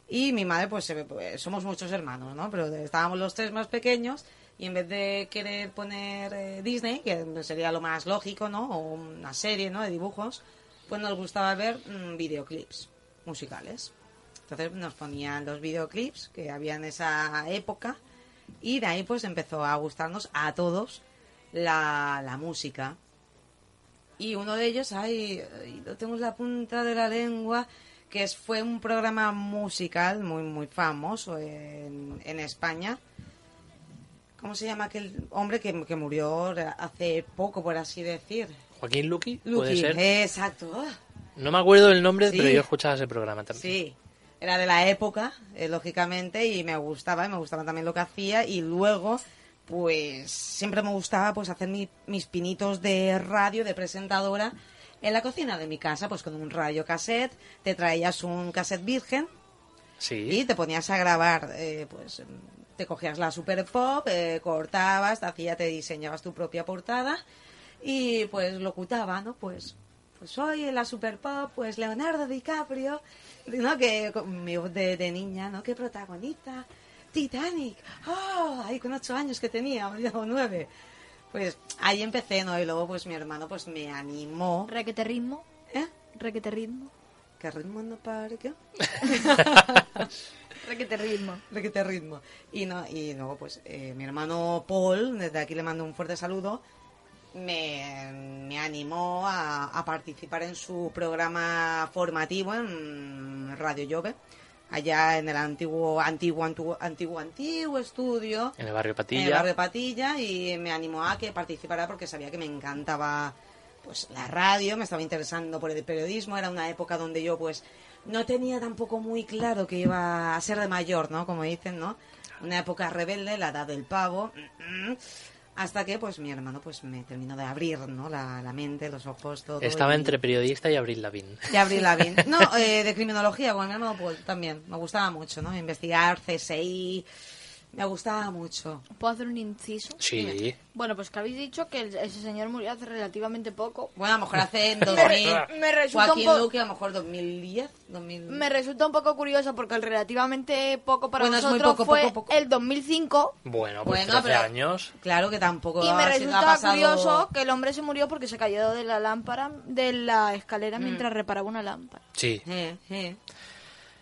Y mi madre, pues, se ve- pues, somos muchos hermanos, ¿no? Pero estábamos los tres más pequeños y en vez de querer poner eh, Disney, que sería lo más lógico, ¿no? O una serie, ¿no? De dibujos, pues nos gustaba ver mm, videoclips musicales. Entonces nos ponían los videoclips que había en esa época y de ahí pues empezó a gustarnos a todos la, la música. Y uno de ellos, ay, ay, lo tengo en la punta de la lengua, que es- fue un programa musical muy, muy famoso en, en España. ¿Cómo se llama aquel hombre que, que murió hace poco, por así decir?
Joaquín Luqui, puede
Luqui,
ser.
Exacto. Ah.
No me acuerdo el nombre,
Sí.
pero yo escuchaba ese programa también.
Sí, era de la época, eh, lógicamente, y me gustaba, y me gustaba también lo que hacía, y luego, pues, siempre me gustaba, pues, hacer mi- mis pinitos de radio, de presentadora, en la cocina de mi casa, pues, con un radio cassette, te traías un cassette virgen,
Sí.
y te ponías a grabar, eh, pues mm, te cogías la super pop, eh, cortabas, te hacía, te diseñabas tu propia portada y pues locutaba, ¿no? Pues pues soy la super pop, pues Leonardo DiCaprio, ¿no? Que con mi voz de, de niña, ¿no? Qué protagonista, Titanic, oh, ahí con ocho años que tenía, o nueve. Pues ahí empecé, ¿no? Y luego pues mi hermano pues me animó.
Requete ritmo,
¿Eh?
requete ritmo,
¿Qué ritmo no para qué?
requete ritmo.
de que te ritmo. Y, no, y luego, pues, eh, mi hermano Paul, desde aquí le mando un fuerte saludo, me, me animó a, a participar en su programa formativo en Radio Llove, allá en el antiguo, antiguo, antiguo, antiguo, antiguo estudio
En el barrio
en
Patilla.
el barrio Patilla y me animó a que participara porque sabía que me encantaba pues la radio, me estaba interesando por el periodismo, era una época donde yo pues no tenía tampoco muy claro que iba a ser de mayor, ¿no? Como dicen, ¿no? Una época rebelde, la edad del pavo. Hasta que, pues, mi hermano, pues, me terminó de abrir, ¿no? La, la mente, los ojos, todo.
Estaba
y-
entre periodista y Abril Lavín.
de Abril Lavigne. No, eh, de criminología, con el hermano Paul también. Me gustaba mucho, ¿no? Investigar, CSI. Me gustaba mucho.
¿Puedo hacer un inciso?
Sí.
Bueno, pues que habéis dicho que el- ese señor murió hace relativamente poco.
Bueno, a lo mejor hace en 2000.
me resulta un
Joaquín
po-
Luque, a lo mejor 2010, 2000.
Me resulta un poco curioso porque el relativamente poco para
Bueno, es muy
nosotros
poco,
fue
poco, poco.
el 2005
Bueno, pues 13
Bueno, pero-
años.
Claro que tampoco
y me
ha sido- ha
resulta
pasado-
curioso que el hombre se murió porque se cayó de la lámpara de la
Mm.
escalera mientras reparaba una lámpara.
Sí.
Eh, eh.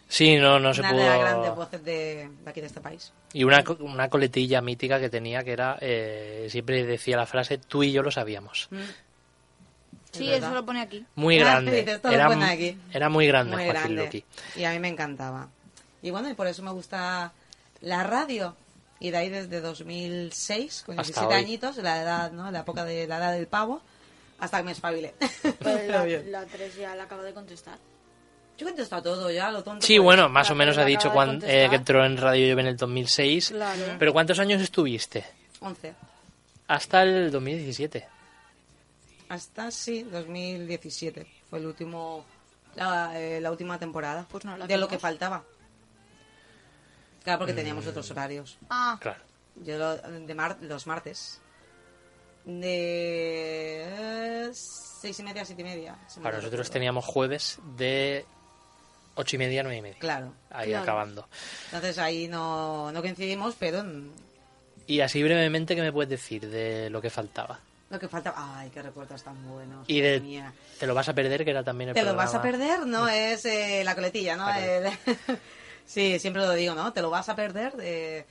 Sí, no, no se
Una
pudo.
de las grandes voces de, de aquí de este país.
Y una, co- una coletilla mítica que tenía que era, eh, siempre decía la frase, tú y yo lo sabíamos.
Sí,
verdad.
eso lo pone aquí.
Muy
Ah,
grande.
dices, esto lo
era,
pone
mu-
aquí.
era muy grande
Muy
Joaquín
grande.
Luqui.
Y a mí me encantaba. Y bueno, y por eso me gusta la radio. Y de ahí desde 2006, con
Hasta
17
hoy.
añitos, la edad, ¿no? La época de la edad del pavo, hasta que me espabilé.
Pues
Pero
la,
bien.
la 3 ya la acabo de contestar.
Yo contesto a todo ya, lo tonto.
Sí,
que
bueno, más
la
o menos ha
acaba
dicho
de
cuan- eh, que
contestar.
entró en Radio Joven en el 2006.
Claro.
Pero ¿cuántos años estuviste?
es. 11.
Hasta el 2017.
Hasta, sí, 2017. Fue el último, la, eh, la última temporada.
Pues no, la
de lo
vimos.
que faltaba. Claro,
Eh.
porque teníamos otros horarios.
Ah,
Claro.
Yo lo- de mar- los martes. De eh, seis y media a siete y media. se me
Ahora
ocurre.
nosotros teníamos jueves de ocho y media a 9 y media.
Claro.
Ahí
Claro.
acabando.
Entonces ahí no, no coincidimos, pero mm,
Y así brevemente, ¿qué me puedes decir de lo que faltaba?
lo que falta... Ay, qué recuerdos tan buenos.
Y
madre
de...
mía.
Te lo vas a perder, que era también el
Te lo vas a
programa.
perder, ¿no? Es eh, la coletilla, ¿no?
La coletilla.
El- sí, siempre lo digo, ¿no? Te lo vas a perder. eh,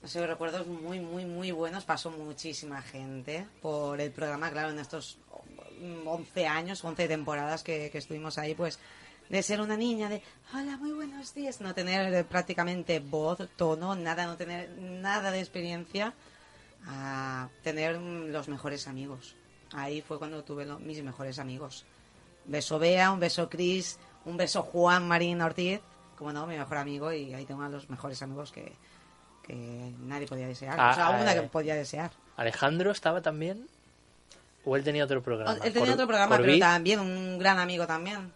no sé, recuerdos muy, muy, muy buenos. Pasó muchísima gente por el programa, claro, en estos 11 años, 11 temporadas que, que estuvimos ahí, pues de ser una niña, de hola, muy buenos días, no tener eh, prácticamente voz, tono, nada, no tener nada de experiencia, a tener mm, los mejores amigos. Ahí fue cuando tuve lo- mis mejores amigos. Beso Bea, un beso Cris, un beso Juan Marín Ortiz, como no, mi mejor amigo, y ahí tengo a los mejores amigos que, que nadie podía desear.
Ah,
o sea, una
eh.
que podía desear.
¿Alejandro estaba también? ¿O él tenía otro programa?
Él tenía
Cor-
otro programa,
Corbí.
pero también un gran amigo también.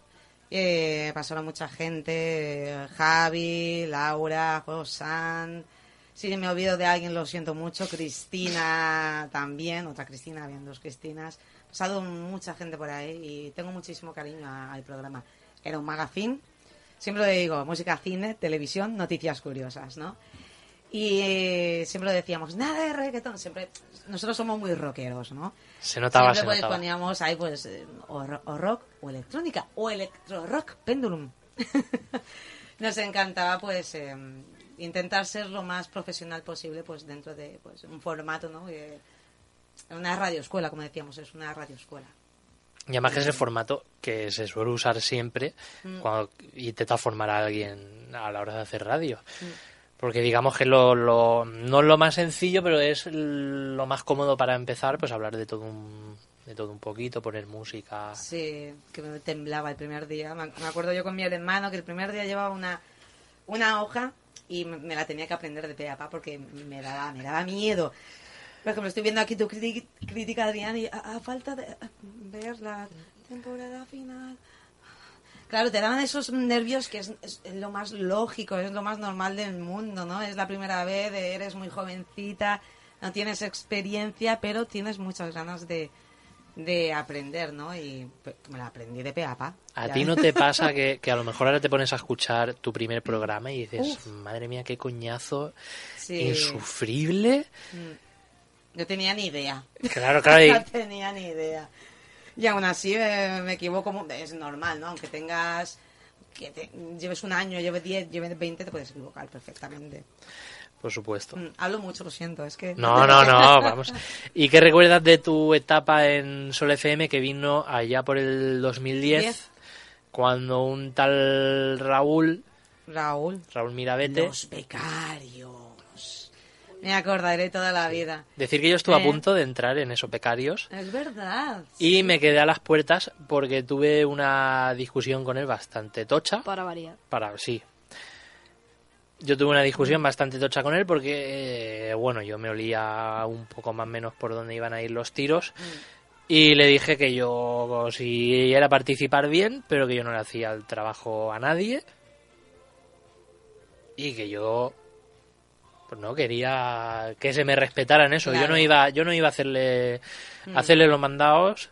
Eh, pasaron mucha gente, eh, Javi, Laura, Josan. Si me olvido de alguien, lo siento mucho. Cristina también, otra Cristina, habían dos Cristinas. Pasado mucha gente por ahí y tengo muchísimo cariño a- al programa. Era un magazine, siempre lo digo, música, cine, televisión, noticias curiosas, ¿no? Y eh, siempre lo decíamos, nada de reggaetón, siempre, nosotros somos muy rockeros, ¿no?
Se notaba,
Siempre
se
pues,
notaba.
poníamos ahí pues eh, o, ro- o rock o electrónica o electro rock pendulum. Nos encantaba pues eh, intentar ser lo más profesional posible pues dentro de pues un formato, ¿no? Eh, una radioescuela, como decíamos, es una radioescuela.
Y además que es el formato que se suele usar siempre
Mm.
cuando intenta formar a alguien a la hora de hacer radio.
Mm.
Porque digamos que lo, lo- no es lo más sencillo, pero es lo más cómodo para empezar, pues hablar de todo un, de todo un poquito, poner música.
Sí, que me temblaba el primer día. Me ac- me acuerdo yo con mi hermano que el primer día llevaba una, una hoja y me- me la tenía que aprender de pe a pa porque me daba, me daba miedo. Por ejemplo, estoy viendo aquí tu criti- crítica, Adrián, y a, a falta de a- ver la temporada final. Claro, te daban esos nervios que es, es lo más lógico, es lo más normal del mundo, ¿no? Es la primera vez, eres muy jovencita, no tienes experiencia, pero tienes muchas ganas de, de aprender, ¿no? Y pues, me la aprendí de pe a pa.
¿A
Ya.
ti no te pasa que, que a lo mejor ahora te pones a escuchar tu primer programa y dices, madre mía, qué coñazo
Sí.
Eh, insufrible?
No tenía ni idea.
Claro, claro, y-
no tenía ni idea. Y aún así eh, me equivoco, mu- es normal, ¿no? Aunque tengas, que te- lleves un año, lleves 10, lleves 20, te puedes equivocar perfectamente.
por supuesto.
Mm, Hablo mucho, lo siento, es que...
No, no, no, vamos. ¿Y qué recuerdas de tu etapa en Sol FM que vino allá por el 2010?
Diez.
Cuando un tal Raúl,
Raúl,
Raúl Mirabete,
los becarios. Me acordaré toda la vida.
Decir que yo estuve
Eh.
a punto de entrar en esos becarios
Es verdad.
y me quedé a las puertas porque tuve una discusión con él bastante tocha.
Para variar.
Para, sí. Yo tuve una
Mm.
discusión bastante tocha con él porque, eh, bueno, yo me olía un poco más o menos por dónde iban a ir los tiros.
Mm.
Y le dije que yo, si era participar bien, pero que yo no le hacía el trabajo a nadie. Y que yo, pues no, quería que se me respetaran eso. Yo
Claro. Mm.
no iba yo no iba a hacerle, hacerle los mandados.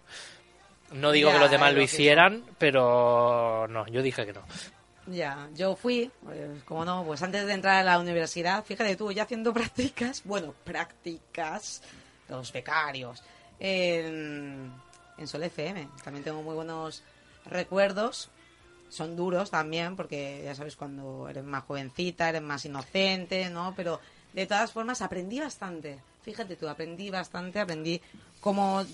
No digo
Ya,
que los demás
es
lo
lo que-
hicieran, pero no, yo dije que no.
Ya, yo fui, pues, como no, pues antes de entrar a la universidad, fíjate tú, ya haciendo prácticas, bueno, prácticas, los becarios, en, en Sol FM. También tengo muy buenos recuerdos, son duros también, porque ya sabes, cuando eres más jovencita, eres más inocente, ¿no? Pero de todas formas aprendí bastante, fíjate tú, aprendí bastante, aprendí cómo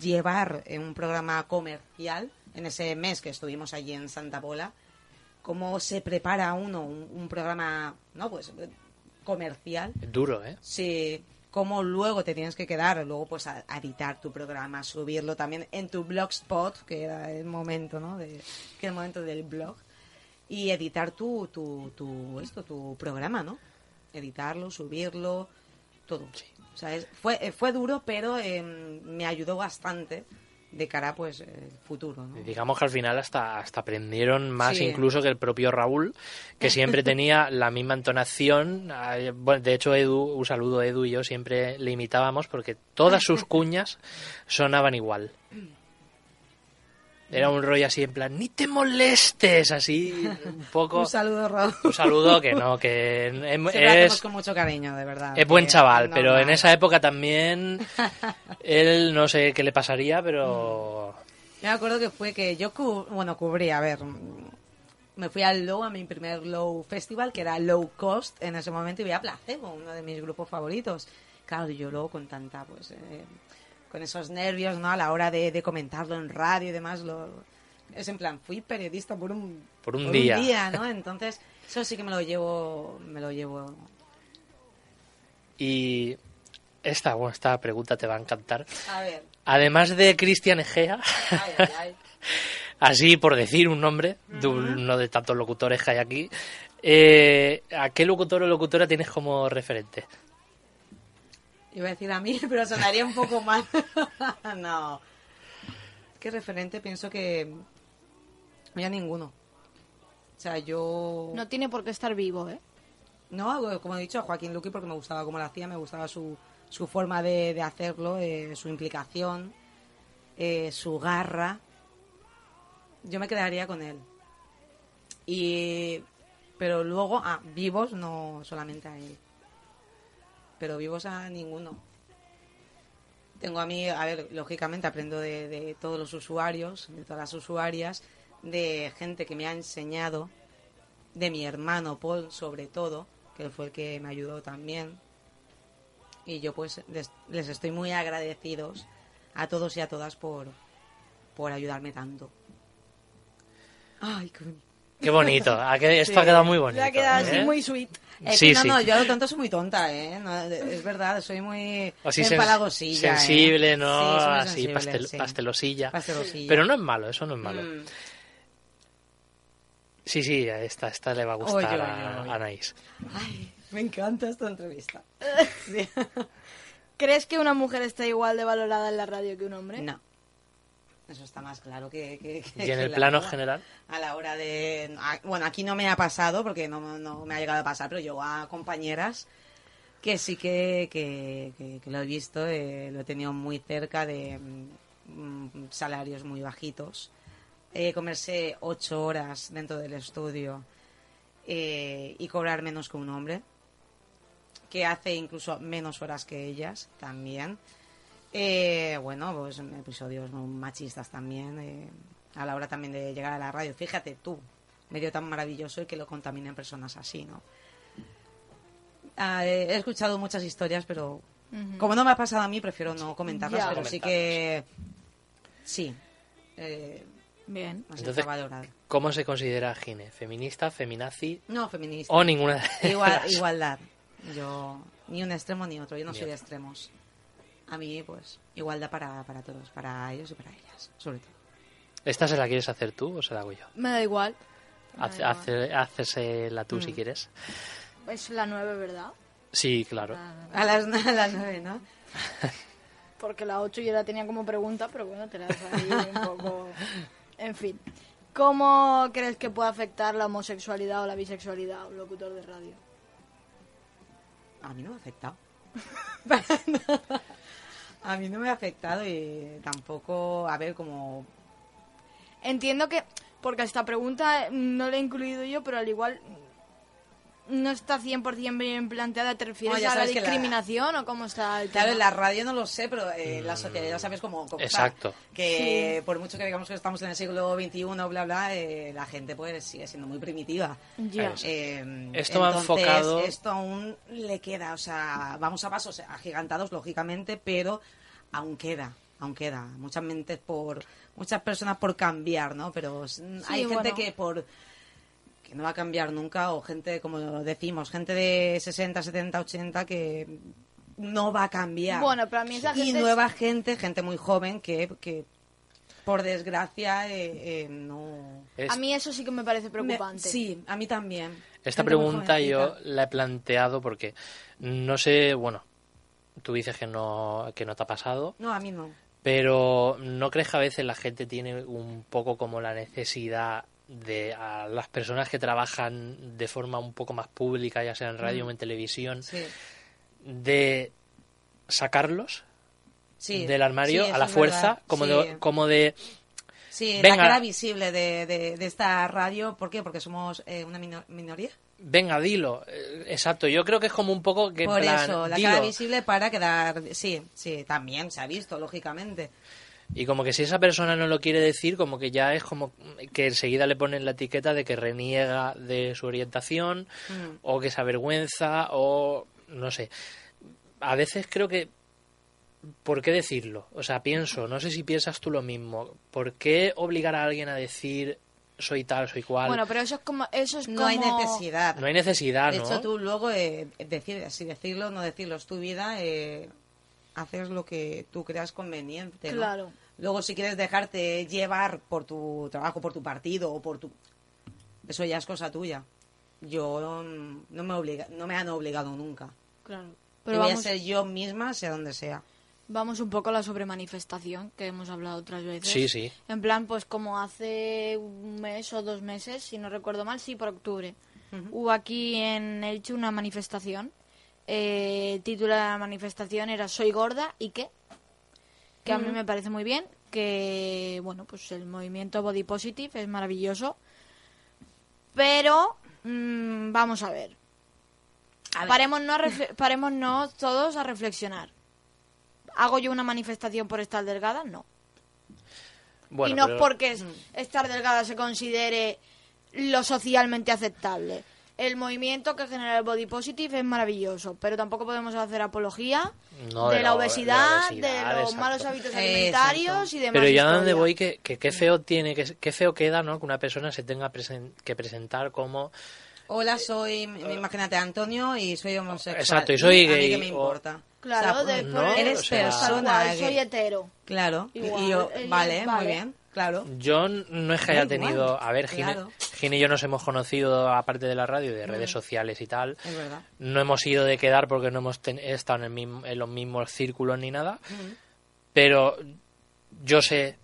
llevar eh, un programa comercial en ese mes que estuvimos allí en Santa Pola cómo se prepara uno un, un programa, ¿no? Pues eh, comercial.
Es duro, ¿eh?
Sí, cómo luego te tienes que quedar, luego pues a, a editar tu programa, subirlo también en tu blogspot, que era el momento, ¿no? De, que era el momento del blog. Y editar tu, tu, tu, esto, tu programa, ¿no? Editarlo, subirlo, todo. O sea, es- fue, eh, fue duro, pero eh, me ayudó bastante de cara, pues, el futuro, ¿no?
Digamos que al final hasta, hasta aprendieron más
Sí.
incluso que el propio Raúl, que siempre tenía la misma entonación. Ah, eh, Bueno, de hecho, Edu, un saludo Edu y yo siempre le imitábamos porque todas sus cuñas sonaban igual. Era un rollo así en plan, ni te molestes, así un poco...
Un saludo, Raúl.
Un saludo que no, que em-
Siempre lo hacemos
es,
con mucho cariño, de verdad.
es buen
porque
chaval,
es
pero en
normal.
esa época también él no sé qué le pasaría, pero...
Yo me acuerdo que fue que yo, cu- bueno, cubrí, a ver, mm, me fui al Low, a mi primer Low Festival, que era Low Cost en ese momento, y vi a Placebo, uno de mis grupos favoritos. Claro, yo luego con tanta, pues, eh, con esos nervios, ¿no? A la hora de, de comentarlo en radio y demás, lo, es en plan, fui periodista por un,
Por un día.
¿no? Entonces, eso sí que me lo llevo, me lo llevo.
Y esta, bueno, esta pregunta te va a encantar.
A ver,
Además de Cristian Egea,
ay, ay, ay.
así por decir un nombre, de uno de tantos locutores que hay aquí, eh, ¿a qué locutor o locutora tienes como referente?
Iba a decir a mí, pero sonaría un poco mal. no. ¿Qué referente? Pienso que. Ya ninguno. O sea, yo.
No tiene por qué estar vivo, ¿eh?
No, como he dicho, a Joaquín Luqui porque me gustaba cómo lo hacía, me gustaba su, su forma de, de hacerlo, eh, su implicación, eh, su garra. Yo me quedaría con él. Y. Pero luego, ah, vivos no solamente a él. Pero vivos a ninguno. Tengo a mí, a ver, lógicamente aprendo de, de todos los usuarios, de todas las usuarias, de gente que me ha enseñado de mi hermano Paul sobre todo, que él fue el que me ayudó también. Y yo pues les, les estoy muy agradecidos a todos y a todas por, por ayudarme tanto. Ay, qué bonito.
Qué bonito, ¿a que esto ha quedado muy bonito. ¿eh?
Ah, sweet. Es
Sí,
que no,
sí.
no, yo a lo tanto soy muy tonta, ¿eh? No, es verdad, soy muy
Así sen-
empalagosilla. ¿eh?
sensible,
Sí,
¿no?
soy muy
así
sensible,
pastel-
sí.
pastelosilla.
Pastelosilla.
Pero no es malo, eso no es malo.
Mm.
Sí, sí, a esta, esta le va a gustar
Oye, oye,
a-
oye.
a Anaís.
Ay, me encanta esta entrevista. Sí.
¿Crees que una mujer está igual de valorada en la radio que un hombre?
No. Eso está más claro que... que- que-
Y en
que
el
la
plano
agua.
general,
A la hora de... a- Bueno, aquí no me ha pasado porque no, no me ha llegado a pasar, pero yo a compañeras que sí que, que, que- que lo he visto, eh, lo he tenido muy cerca de mm, mm, salarios muy bajitos. Eh, comerse ocho horas dentro del estudio eh, y cobrar menos que un hombre, que hace incluso menos horas que ellas también. Eh, bueno, pues episodios machistas también, eh, a la hora también de llegar a la radio. Fíjate tú, medio tan maravilloso y que lo contaminen personas así, ¿no? Ah, eh, he escuchado muchas historias, pero como no me ha pasado a mí, prefiero no comentarlas,
Ya.
pero sí que... Sí. Eh,
Bien.
así
Entonces,
está valorado.
¿cómo se considera Gine? ¿Feminista, feminazi
No, feminista.
o ninguna de
Igual,
las-
igualdad. Yo, ni un extremo ni otro. Yo no
Ni
soy de
otro.
extremos. A mí, pues, igualdad para, para todos, para ellos y para ellas, sobre todo.
¿Esta se la quieres hacer tú o se la hago yo?
Me da igual. Me
Haz-
da Ah, igual.
hace-
Mm.
Hácesela tú si quieres.
Es la 9, ¿verdad?
Sí, claro.
Ah.
A las, a las nueve, ¿no?
Porque la 8 yo la tenía como pregunta, pero bueno, te la dejo ahí un poco... En fin. ¿Cómo crees que puede afectar la homosexualidad o la bisexualidad a un locutor de radio?
A mí no me ha afectado. a mí no me ha afectado y tampoco, a ver, como...
Entiendo que... Porque esta pregunta eh, no la he incluido yo, pero al igual no está 100% bien planteada. ¿Te refieres
Bueno, ya
a la
sabes que la-
discriminación o cómo está el tema?
Claro, en la radio no lo sé, pero eh, la sociedad ya sabes cómo... cómo está.
Exacto.
que por mucho que digamos que estamos en el siglo XXI, bla, bla, eh, la gente pues sigue siendo muy primitiva.
Ya.
Eh,
Esto va
entonces,
enfocado-
Esto aún le queda, o sea, vamos a pasos agigantados, lógicamente, pero aún queda, aún queda. Muchas mentes por, muchas personas por cambiar, ¿no? Pero s- hay gente
bueno.
que por que no va a cambiar nunca o gente como decimos gente de 60 70 80 que no va a cambiar
Bueno, pero a mí esa
y
gente es-
nueva gente gente muy joven que, que por desgracia eh, eh, no
Es-
A mí eso sí que me parece preocupante.
Me- sí a mí también
Esta
Gente muy
pregunta yo
jovencita.
la he planteado porque no sé, bueno, tú dices que no, que no te ha pasado,
no a mí no
pero ¿no crees que a veces la gente tiene un poco como la necesidad de a las personas que trabajan de forma un poco más pública, ya sea en radio
Mm.
o en televisión,
sí
de sacarlos
sí
del armario
Sí,
a
eso
la
es
fuerza,
verdad.
como
Sí.
de, como de
Sí,
Venga.
la cara visible de, de, de esta radio ¿por qué? porque somos eh, una mino- minoría
venga, dilo. Eh, Exacto, yo creo que es como un poco que en
por
plan,
eso la
dilo.
cara visible para quedar sí sí también se ha visto lógicamente
Y como que si esa persona no lo quiere decir, como que ya es como que enseguida le ponen la etiqueta de que reniega de su orientación
Mm.
o que se avergüenza o no sé. A veces creo que... ¿Por qué decirlo? O sea, pienso, no sé si piensas tú lo mismo. ¿Por qué obligar a alguien a decir soy tal, soy cual?
Bueno, pero eso es como... Eso es
no
como...
hay necesidad
no hay necesidad,
de
¿no?
hecho tú luego eh, decides si decirlo o no decirlo es tu vida eh, haces lo que tú creas conveniente ¿no?
Claro.
luego si quieres dejarte llevar por tu trabajo por tu partido o por tu eso ya es cosa tuya yo mm, no me obliga no me han obligado nunca
Claro.
pero
Pero
voy
vamos,
a ser yo misma sea donde sea
vamos un poco a la sobremanifestación que hemos hablado otras veces.
Sí, sí.
En plan, pues como hace un mes o dos meses, si no recuerdo mal, sí, por octubre. Hubo aquí en Elche una manifestación. Eh, el título de la manifestación era Soy gorda y qué. Que a mí me parece muy bien. Que, bueno, pues el movimiento Body Positive es maravilloso. Pero, mm, vamos a ver.
A ver.
Parémonos, refle- parémonos todos a reflexionar. ¿Hago yo una manifestación por estar delgada? No.
Bueno,
y no
pero-
porque
Mm.
es- estar delgada se considere lo socialmente aceptable. El movimiento que genera el body positive es maravilloso, pero tampoco podemos hacer apología
No,
de,
de
la
la-
obesidad,
de
de,
la obesidad,
los
exacto.
malos hábitos
Exacto.
alimentarios y demás.
Pero ya donde
historia.
voy, que, que
Mm.
qué feo tiene, que, qué feo queda, ¿no? Que una persona se tenga presen- que presentar como
Eh,
Hola, soy, imagínate, Antonio y soy homosexual.
Exacto, y soy
A mí
gay,
que me
o-
importa.
Claro,
O sea,
de
no,
poner-
eres
o sea-
Tal
persona.
cual,
gay.
soy hetero.
Claro,
Igual,
y yo,
eh, vale.
vale, muy bien, claro.
Yo no es que
Da
haya
igual,
tenido. A ver, Gine,
claro. Mm.
Gine y yo nos hemos conocido, aparte de la radio y de redes sociales y tal.
Es verdad.
No hemos ido de quedar porque no hemos ten- estado en, el mismo- en los mismos círculos ni nada.
Mm.
Pero yo sé,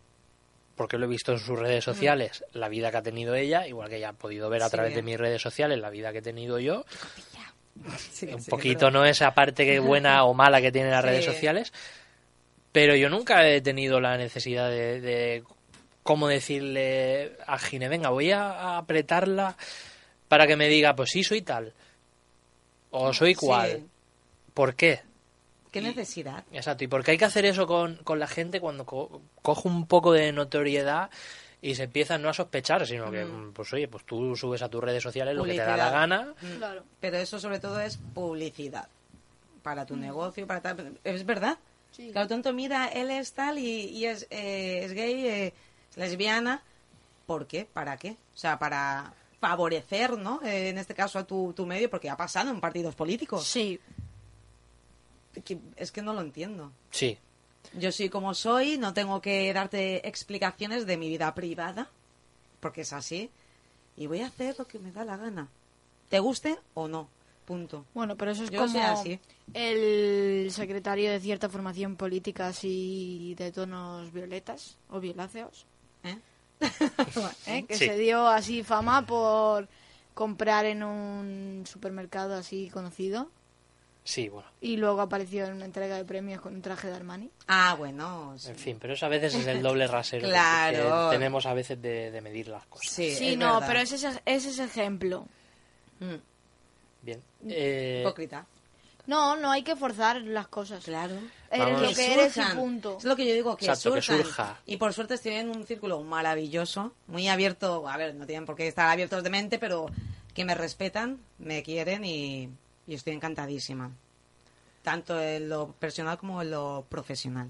porque lo he visto en sus redes sociales, la vida que ha tenido ella, igual que ella ha podido ver a
Mm. Sí,
través de
bien.
mis redes sociales la vida que he tenido yo.
Sí,
un
sí,
poquito,
es verdad.
¿no? Esa parte que buena o mala que tienen las
Sí.
redes sociales. Pero yo nunca he tenido la necesidad de, de cómo decirle a Gine, venga, voy a a apretarla para que me diga, pues sí, soy tal. O soy
Sí.
cual. ¿Por qué?
¿Qué necesidad?
Exacto. ¿Y por qué hay que hacer eso con, con la gente cuando co- coge un poco de notoriedad y se empieza no a sospechar, sino que, pues oye, pues tú subes a tus redes sociales lo que te da la
Publicidad.
gana.
Mm.
Claro.
Pero eso sobre todo es publicidad para tu negocio, para tal. Es verdad.
Mm. Sí.
Claro, tonto, mira, él es tal y, y es, eh, es gay, eh, es lesbiana. ¿Por qué? ¿Para qué? O sea, para favorecer, ¿no? Eh, en este caso a tu, tu medio, porque ha pasado en partidos políticos.
Sí.
que- es que no lo entiendo.
Sí,
Yo soy como soy, no tengo que darte explicaciones de mi vida privada, porque es así, y voy a hacer lo que me da la gana, te guste o no, punto.
Bueno, pero eso es
Yo
como
soy así.
el secretario de cierta formación política así de tonos violetas o violáceos,
¿eh?
¿eh? que
Sí.
se dio así fama por comprar en un supermercado así conocido
sí, bueno.
y luego apareció en una entrega de premios con un traje de Armani.
Ah, bueno, sí,
En fin, pero eso a veces es el doble rasero que-
Claro.
que tenemos a veces de, de medir las cosas.
sí,
Sí,
es
no,
verdad.
pero ese es, ese es ejemplo.
Mm,
Bien. Eh,
hipócrita.
No, no hay que forzar las cosas.
Claro.
Eres
Vamos.
lo que eres y
surjan.
punto.
Es lo que yo digo, que,
Exacto, que
surjan.
surja.
Y por suerte estoy en un círculo maravilloso, muy abierto. A ver, no tienen por qué estar abiertos de mente, pero que me respetan, me quieren y, y estoy encantadísima. Tanto en lo personal como en lo profesional.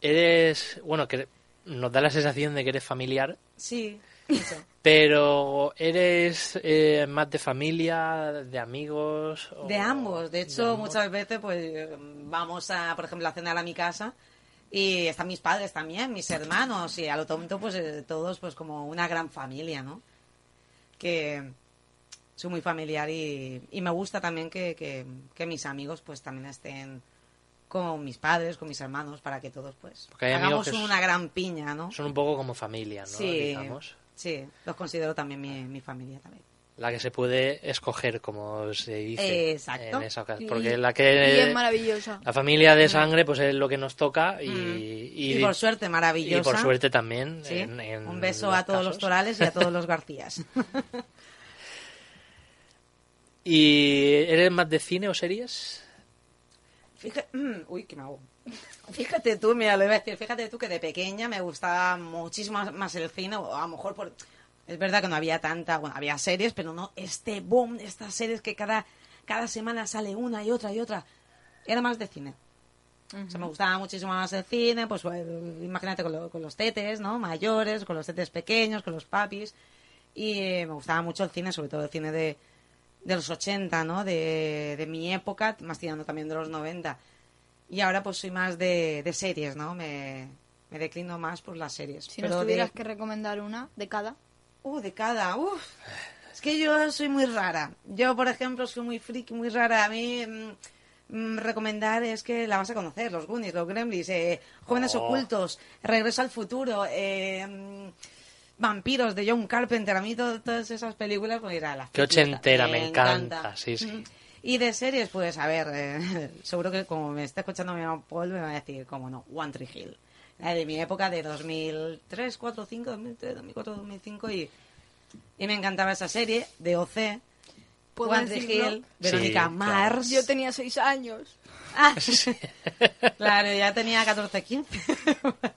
eres. Bueno, que nos da la sensación de que eres familiar,
Sí, eso.
pero eres eh, más de familia, de amigos. o-
De ambos. De hecho,
ambos.
muchas veces pues vamos a, por ejemplo, a cenar a mi casa y están mis padres también, mis hermanos y a lo tonto pues eh, todos pues como una gran familia, ¿no? Que soy muy familiar y, y me gusta también que, que- que mis amigos pues también estén con mis padres, con mis hermanos, para que todos pues
Porque hay amigos
hagamos
que
una gran piña, ¿no?
Son un poco como familia, ¿no?
sí,
Digamos.
sí, los considero también mi, mi familia también.
La que se puede escoger, como se dice.
Exacto.
En esa ocasión.
Y-
Porque la
Y es
que. Ah,
maravillosa.
La familia de sangre, pues es lo que nos toca y.
Mm.
y-
Y, por suerte,
y
maravillosa.
por suerte también.
Sí,
en- en
un beso
los
a todos los
casos.
Torales y a todos los Garcías.
¿Y eres más de cine o series?
Fíjate, mm, uy, que me ahogo. Fíjate tú, mira, lo iba a decir, fíjate tú que de pequeña me gustaba muchísimo más el cine, o a lo mejor por... Es verdad que no había tanta, bueno, había series, pero no este boom, estas series que cada, cada semana sale una y otra y otra. Era más de cine. O sea, me gustaba muchísimo más el cine, pues bueno, imagínate con, lo- con los tetes, ¿no? Mayores, con los tetes pequeños, con los papis. Y eh, me gustaba mucho el cine, sobre todo el cine de, de los 80, ¿no? De, de mi época, más tirando también de los 90. Y ahora pues soy más de, de series, ¿no? Me, me declino más por las series.
Si
Pero
nos
de-
tuvieras que recomendar una de cada.
Uh, de cada, uff. Es que yo soy muy rara. Yo, por ejemplo, soy muy friki, muy rara. A mí mm, mm, recomendar es que la vas a conocer, los Goonies, los Gremlins, eh, Jóvenes
Oh.
Ocultos, Regreso al Futuro, eh, mm, Vampiros de John Carpenter. A mí to- todas esas películas, pues era la
Qué ochentera, me encanta, sí, sí.
Mm. Y de series, pues a ver, eh, seguro que como me está escuchando mi mamá Paul, me va a decir, como no, One Tree Hill. La de mi época de 2003, 4, 5, 2003, 2004, 2005 y, y me encantaba esa serie de OC.
¿Puedo
One Tree
decirlo?
Hill, Verónica
Sí, claro.
Mars.
Yo tenía seis años.
Ah, claro, ya tenía 14, 15.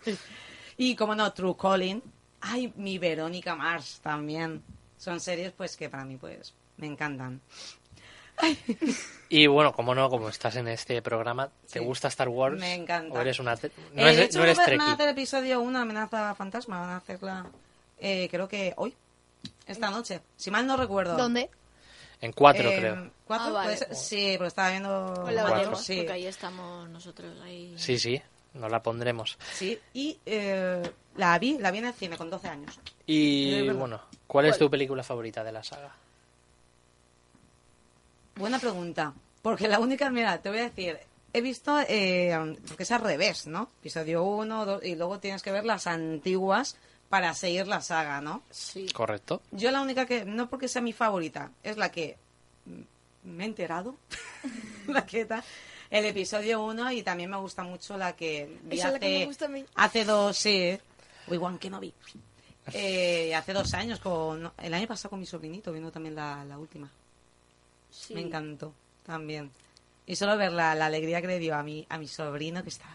y como no, True Calling. Ay, mi Verónica Mars también. Son series pues que para mí pues me encantan.
Y bueno, como no, como estás en este programa, ¿te
Sí.
gusta Star Wars?
Me encanta.
¿O eres una te-
Eh,
No,
de
eres,
hecho,
no eres
van a- van a
trekkie.
hacer episodio una amenaza fantasma. Van a hacerla, eh, creo que hoy, esta noche. Si mal no recuerdo.
¿Dónde?
En cuatro,
Eh,
creo.
¿Cuatro?
Ah, vale.
Puede ser- Sí, pero estaba viendo.
Hola,
Cuatro.
Vallejos,
sí.
porque ahí estamos nosotros. Ahí.
Sí, sí, nos la pondremos.
sí, y eh, la vi, la vi en el cine con 12 años. Es
Y
verdad.
bueno, ¿cuál es tu película favorita de la saga?
Buena pregunta. Porque la única, mira, te voy a decir, he visto, eh, porque es al revés, ¿no? Episodio 1, 2, y luego tienes que ver las antiguas para seguir la saga, ¿no?
Sí.
¿Correcto?
Yo la única que, no porque sea mi favorita, es la que mm, me he enterado, la que está, el episodio 1 y también me gusta mucho la que vi
Esa es
hace,
la que me gusta a mí.
hace dos, sí, Obi-Wan Kenobi. Eh, hace dos años, con, el año pasado con mi sobrinito, viendo también la, la última.
sí.
Me encantó también. Y solo ver la, la alegría que le dio a mi, a mi sobrino, que estaba,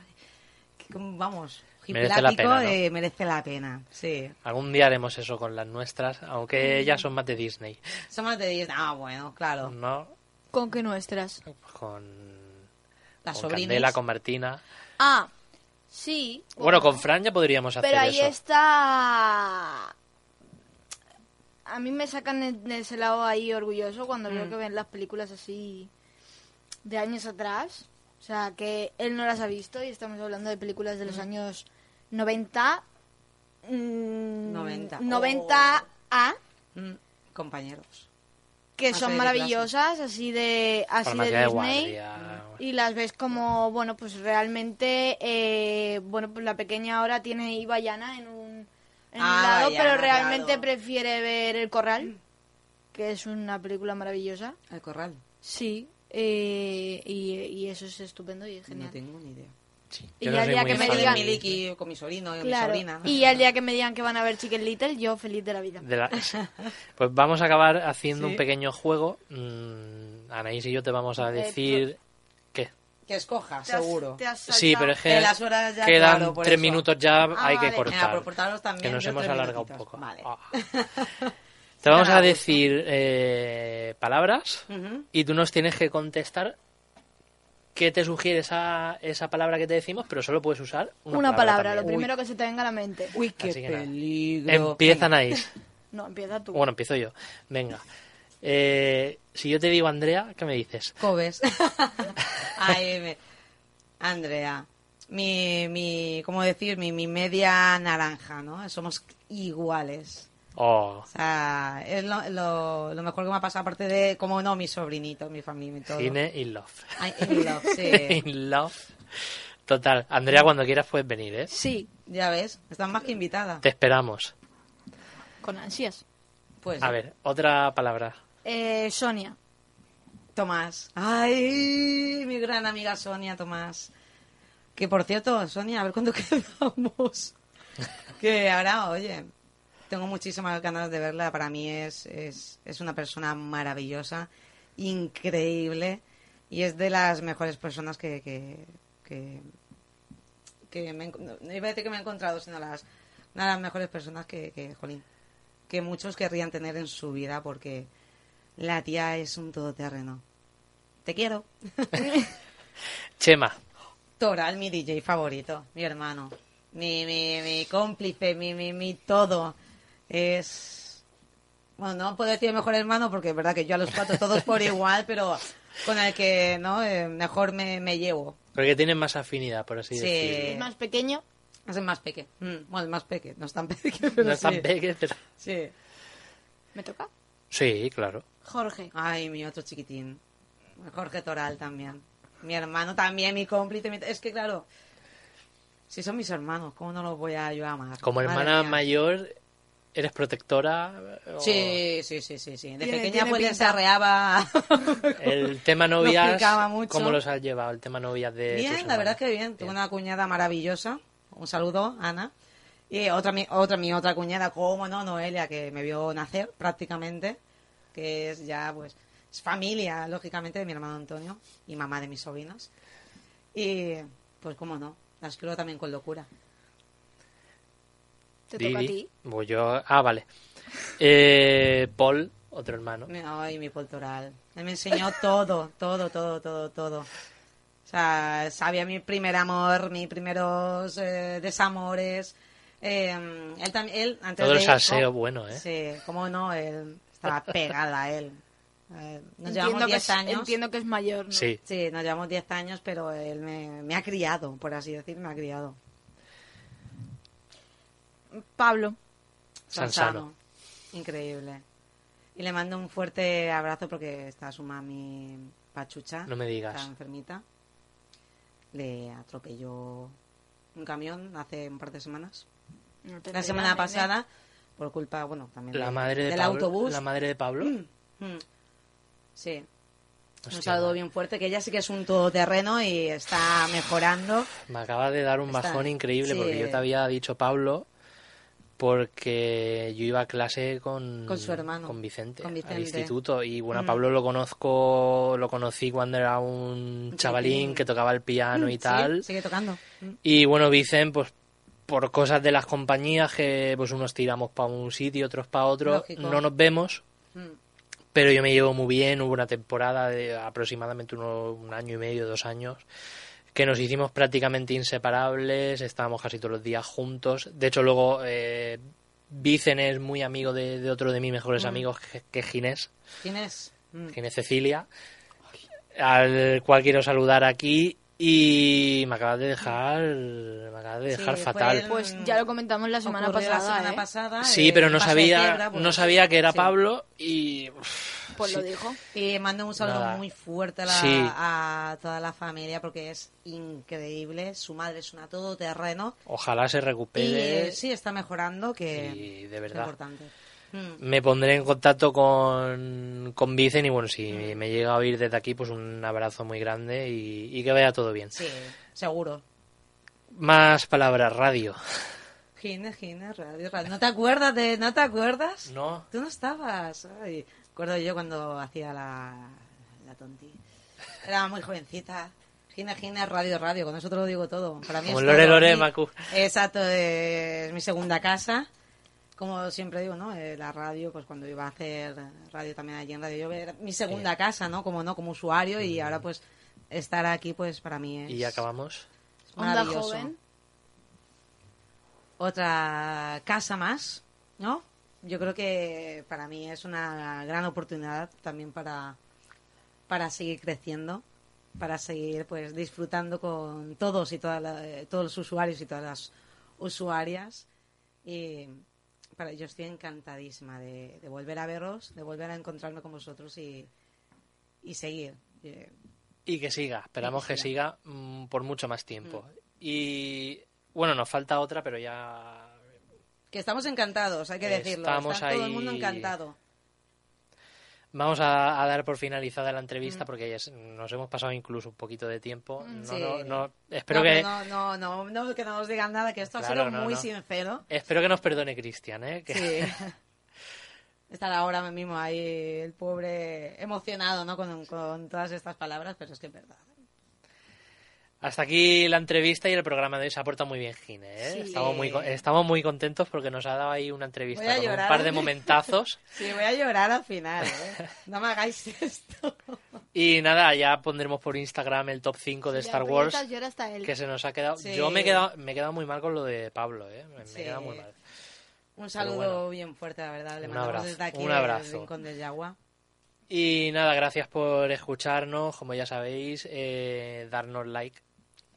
que como, vamos,
Merece la
hiplático,
pena, ¿no?
eh, merece la pena, sí.
Algún día haremos eso con las nuestras,
Mm.
aunque ellas son más de Disney,
Somos de 10, ah, bueno, claro.
¿no?
¿Con qué nuestras?
Con,
Las
con
sobrinas.
Candela, con Martina.
Ah, sí.
Bueno, con Fran ya podríamos hacer
Pero ahí
eso.
está. A mí me sacan de de ese lado ahí orgulloso cuando veo que ven las películas así. de años atrás. O sea, que él no las ha visto y estamos hablando de películas de los años 90. mm,
90.
90 A,
Mm, compañeros.
que
Ah,
son
sí, de
maravillosas, así de, así de
Farmacia de
Disney.
Mm.
guardia.
Y las ves como, bueno, pues realmente, eh, bueno, pues la pequeña ahora tiene Iba Llana en un, en un
Ah,
lado,
Bayana,
pero realmente
claro.
prefiere ver El Corral, que es una película maravillosa.
El corral.
Sí, eh, y, y eso es estupendo y es
No
genial.
tengo ni idea.
Sí,
Y
yo
ya el
soy
día
muy
que me
fan de
digan-
Disney.
Miliki con mi sobrino y
Claro,
mi sobrina.
y al día que me digan que van a ver Chicken Little, yo feliz de la vida.
De la- Pues vamos a acabar haciendo
Sí.
un pequeño juego. Mm, Anaís y yo te vamos a
Eh,
decir... ¿Qué?
Que escoja, seguro.
Sí, pero es que
Que las horas ya,
quedan
claro, por
tres
eso. Ah,
minutos ya, hay que
vale.
Venga,
cortar.
por portaros también,
que nos
yo
hemos
tres
alargado un
minutitos.
poco.
Vale.
Ah. Te vamos
Nada,
a
gusto.
decir eh, palabras
Ujú.
y tú nos tienes que contestar qué te sugiere esa, esa palabra que te decimos, pero solo puedes usar una,
Una, palabra,
también.
lo primero que se te venga a la mente.
Uy, qué
Así que nada.
peligro.
Empieza
Venga.
Anaís.
No, empieza tú.
Bueno, empiezo yo. Venga. Eh, si yo te digo Andrea, ¿qué me dices?
Cobes. Ay, me- Andrea. Mi, mi, ¿cómo decir? Mi, mi media naranja, ¿no? Somos iguales.
Oh,
O sea, es lo, lo- lo mejor que me ha pasado, aparte de, como no, mi sobrinito, mi familia y todo.
cine in love.
Ay, in love, sí.
in love. Total. Andrea, cuando quieras puedes venir, ¿eh?
Sí,
Ya ves, estás más que invitada.
Te esperamos.
con ansias.
Pues,
A ver, otra palabra.
Eh, Sonia,
Tomás. Ay, mi gran amiga Sonia, Tomás. Que por cierto, Sonia, a ver cuándo quedamos. que ahora, oye, tengo muchísimas ganas de verla. Para mí es, es, es una persona maravillosa, increíble. Y es de las mejores personas que. que, que, que me, he enco- no iba a decir que me he encontrado, sino las, una de las mejores personas que, que, jolín, que muchos querrían tener en su vida porque la tía es un todoterreno. Te quiero.
Chema.
Toral, mi DJ favorito, mi hermano, mi, mi, mi cómplice, mi, mi, mi todo. Es. Bueno, no puedo decir mejor hermano porque es verdad que yo a los cuatro todos por igual, pero con el que no Eh, mejor me, me llevo.
Porque tienen más afinidad, por así
Sí.
decirlo.
es más pequeño.
Es el más peque. Mm, bueno, el más peque. No es tan peque, pero
no es tan
sí.
peque, pero...
Sí.
¿Me toca?
Sí, claro.
Jorge.
Ay, mi otro chiquitín. Jorge Toral también. Mi hermano también, mi cómplice. mi- Es que claro, si son mis hermanos, ¿cómo no los voy a yo amar?
Como
Madre
hermana
mía.
mayor, ¿eres protectora? o-
Sí, sí, sí, sí, sí. De
Tiene-
pequeña
tiene
pues
pinta.
se arreaba.
El tema
No
novias,
explicaba mucho.
¿cómo los has llevado? El tema novias de tus
Bien, la
hermanas?
verdad que bien. Tuve una cuñada maravillosa. Un saludo, Ana. Y otra mi otra, mi otra cuñada, como no, Noelia, que me vio nacer prácticamente, que es ya, pues, es familia, lógicamente, de mi hermano Antonio y mamá de mis sobrinos. Y, pues, cómo no, las quiero también con locura.
Te toca a
Didi.
ti.
Voy yo... Ah, vale. Eh, Paul, otro hermano.
Me- Ay, mi poltoral. Él me enseñó todo, todo, todo, todo, todo. O sea, sabía mi primer amor, mis primeros eh, desamores. Eh, él también, él, antes
Todo
de
el salseo bueno, ¿eh?
Oh, Sí, cómo no, él estaba pegada a él. Eh, nos
Entiendo
llevamos
que,
10
es,
años.
entiendo que es mayor, ¿no?
Sí.
Sí, nos llevamos 10 años, pero él me, me ha criado, por así decir, me ha criado.
Pablo.
Sansano.
Sansano. Increíble. Y le mando un fuerte abrazo porque está su mami Pachucha.
No me digas.
Está enfermita. Le atropelló un camión hace un par de semanas.
No te
La
enteras,
semana
nene.
pasada, por culpa, bueno, también
La
de-
madre de
del
Pablo,
autobús.
La madre de Pablo.
Mm. Sí.
Hostia,
un saludo bien fuerte, que ella sí que es un todoterreno y está mejorando.
Me acaba de dar un
Está-
bajón increíble
sí.
porque yo te había dicho Pablo porque yo iba a clase con,
Con su hermano.
con Vicente,
Con Vicente. Mm.
al instituto y bueno, a Pablo lo conozco, lo conocí cuando era un chavalín que tocaba el piano y
Sí,
tal.
sigue tocando. Mm.
Y bueno, Vicen, pues por cosas de las compañías que pues unos tiramos para un sitio, otros para otro,
Lógico.
no nos vemos.
Mm.
Pero yo me llevo muy bien, hubo una temporada de aproximadamente uno- un año y medio, dos años, que nos hicimos prácticamente inseparables, estábamos casi todos los días juntos. De hecho, luego eh, Vicen es muy amigo de,
Mm.
de otro de mis mejores amigos, que, que es Ginés,
¿Quién es? Mm.
Ginés Cecilia. al cual quiero saludar aquí y me acabas de dejar, me acabas de
Sí,
dejar
fue
fatal.
el-
Pues ya lo comentamos la semana
mm, Ocurrió
pasada.
La semana
¿eh?
pasada
Sí,
eh,
pero no
paso de
sabía,
cebra, pues,
no sabía que era
sí.
Pablo y uf,
Pues lo
sí.
dijo.
Eh, mando un saludo
Nada.
muy fuerte a, la-
Sí.
a toda la familia porque es increíble. Su madre es una todoterreno.
Ojalá se
Y
recupere.
eh, sí, está mejorando, que
Sí, de
es
verdad.
importante. Mm.
Me pondré en contacto con, con Vicen y bueno, si me llega a oír desde aquí, pues un abrazo muy grande y, y que vaya todo bien.
Sí, seguro.
Más palabras, radio.
Gine, Gine, radio, radio. ¿No te acuerdas de, no te acuerdas?
No.
Tú no estabas. Ay, recuerdo yo cuando hacía la, la tonti. Era muy jovencita. Gine, Gine, radio, radio. Con eso te lo digo todo. Para mí
Como
es
Lore,
todo.
Lore,
Mi-
Macu.
Exacto, eh, es mi segunda casa. Como siempre digo, ¿no? Eh, la radio, pues cuando iba a hacer radio también allí en Radio Llove, era mi segunda casa, ¿no? Como no, como usuario y ahora pues estar aquí pues para mí es
Y acabamos.
Onda
maravilloso.
joven.
otra casa más, ¿no? Yo creo que para mí es una gran oportunidad también para, para seguir creciendo, para seguir pues disfrutando con todos y todas la- todos los usuarios y todas las usuarias. Y para, yo estoy encantadísima de, de volver a veros, de volver a encontrarme con vosotros y, y seguir. Eh,
Y que siga, esperamos que siga mm, por mucho más tiempo.
Mm.
Y bueno, nos falta otra, pero ya.
Que estamos encantados, hay que decirlo.
Estamos
Está todo el mundo
ahí.
encantado.
Vamos a, a dar por finalizada la entrevista porque ya es- nos hemos pasado incluso un poquito de tiempo. No,
Mm. sí.
no, no, espero
no,
que.
No, no, no, no, que no os digan nada, que esto
Claro,
ha sido
no,
muy
no.
sincero.
Espero que nos perdone Cristian, ¿eh? Que-
Sí. Estar ahora mismo ahí el pobre emocionado, ¿no? Con, con todas estas palabras, pero es que es verdad.
Hasta aquí la entrevista y el programa de hoy se ha portado muy bien, Gine. ¿eh?
Sí.
Estamos, muy, co- estamos muy contentos porque nos ha dado ahí una entrevista
Voy a
con un
llorar.
par de momentazos.
Sí, voy a llorar al final, ¿eh? No me hagáis esto.
y nada, ya pondremos por Instagram el top 5 de
Si
Star
le
Wars
aprietas, llora hasta él.
que se nos ha quedado.
Sí.
Yo me he quedado, me he quedado muy mal con lo de Pablo, ¿eh? me, me
Sí.
he quedado muy mal.
Un saludo
bueno.
bien fuerte, la verdad. Le
Un
mandamos
abrazo,
desde aquí,
un
desde el
abrazo.
Rincón del Yagua.
Y nada, gracias por escucharnos. Como ya sabéis, eh, darnos like,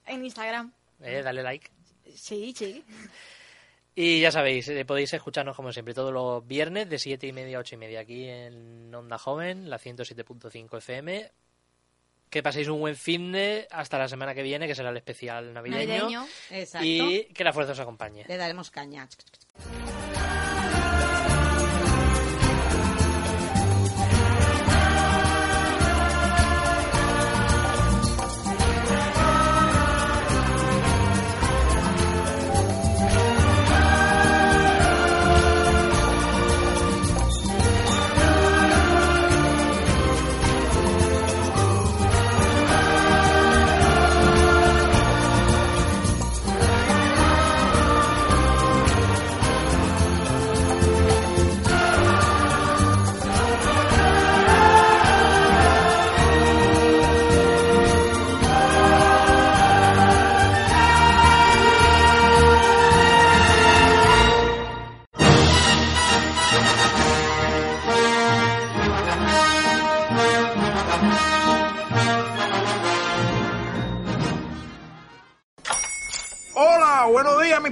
En Instagram.
eh, dale like.
Sí, sí.
Y ya sabéis, eh, podéis escucharnos como siempre todos los viernes de 7 y media a 8 y media aquí en Onda Joven, la 107.5 FM. Que paséis un buen fin de hasta la semana que viene, que será el especial navideño.
Navideño.
Exacto.
y que la fuerza os acompañe.
Le daremos caña.
Hola, buenos días, mi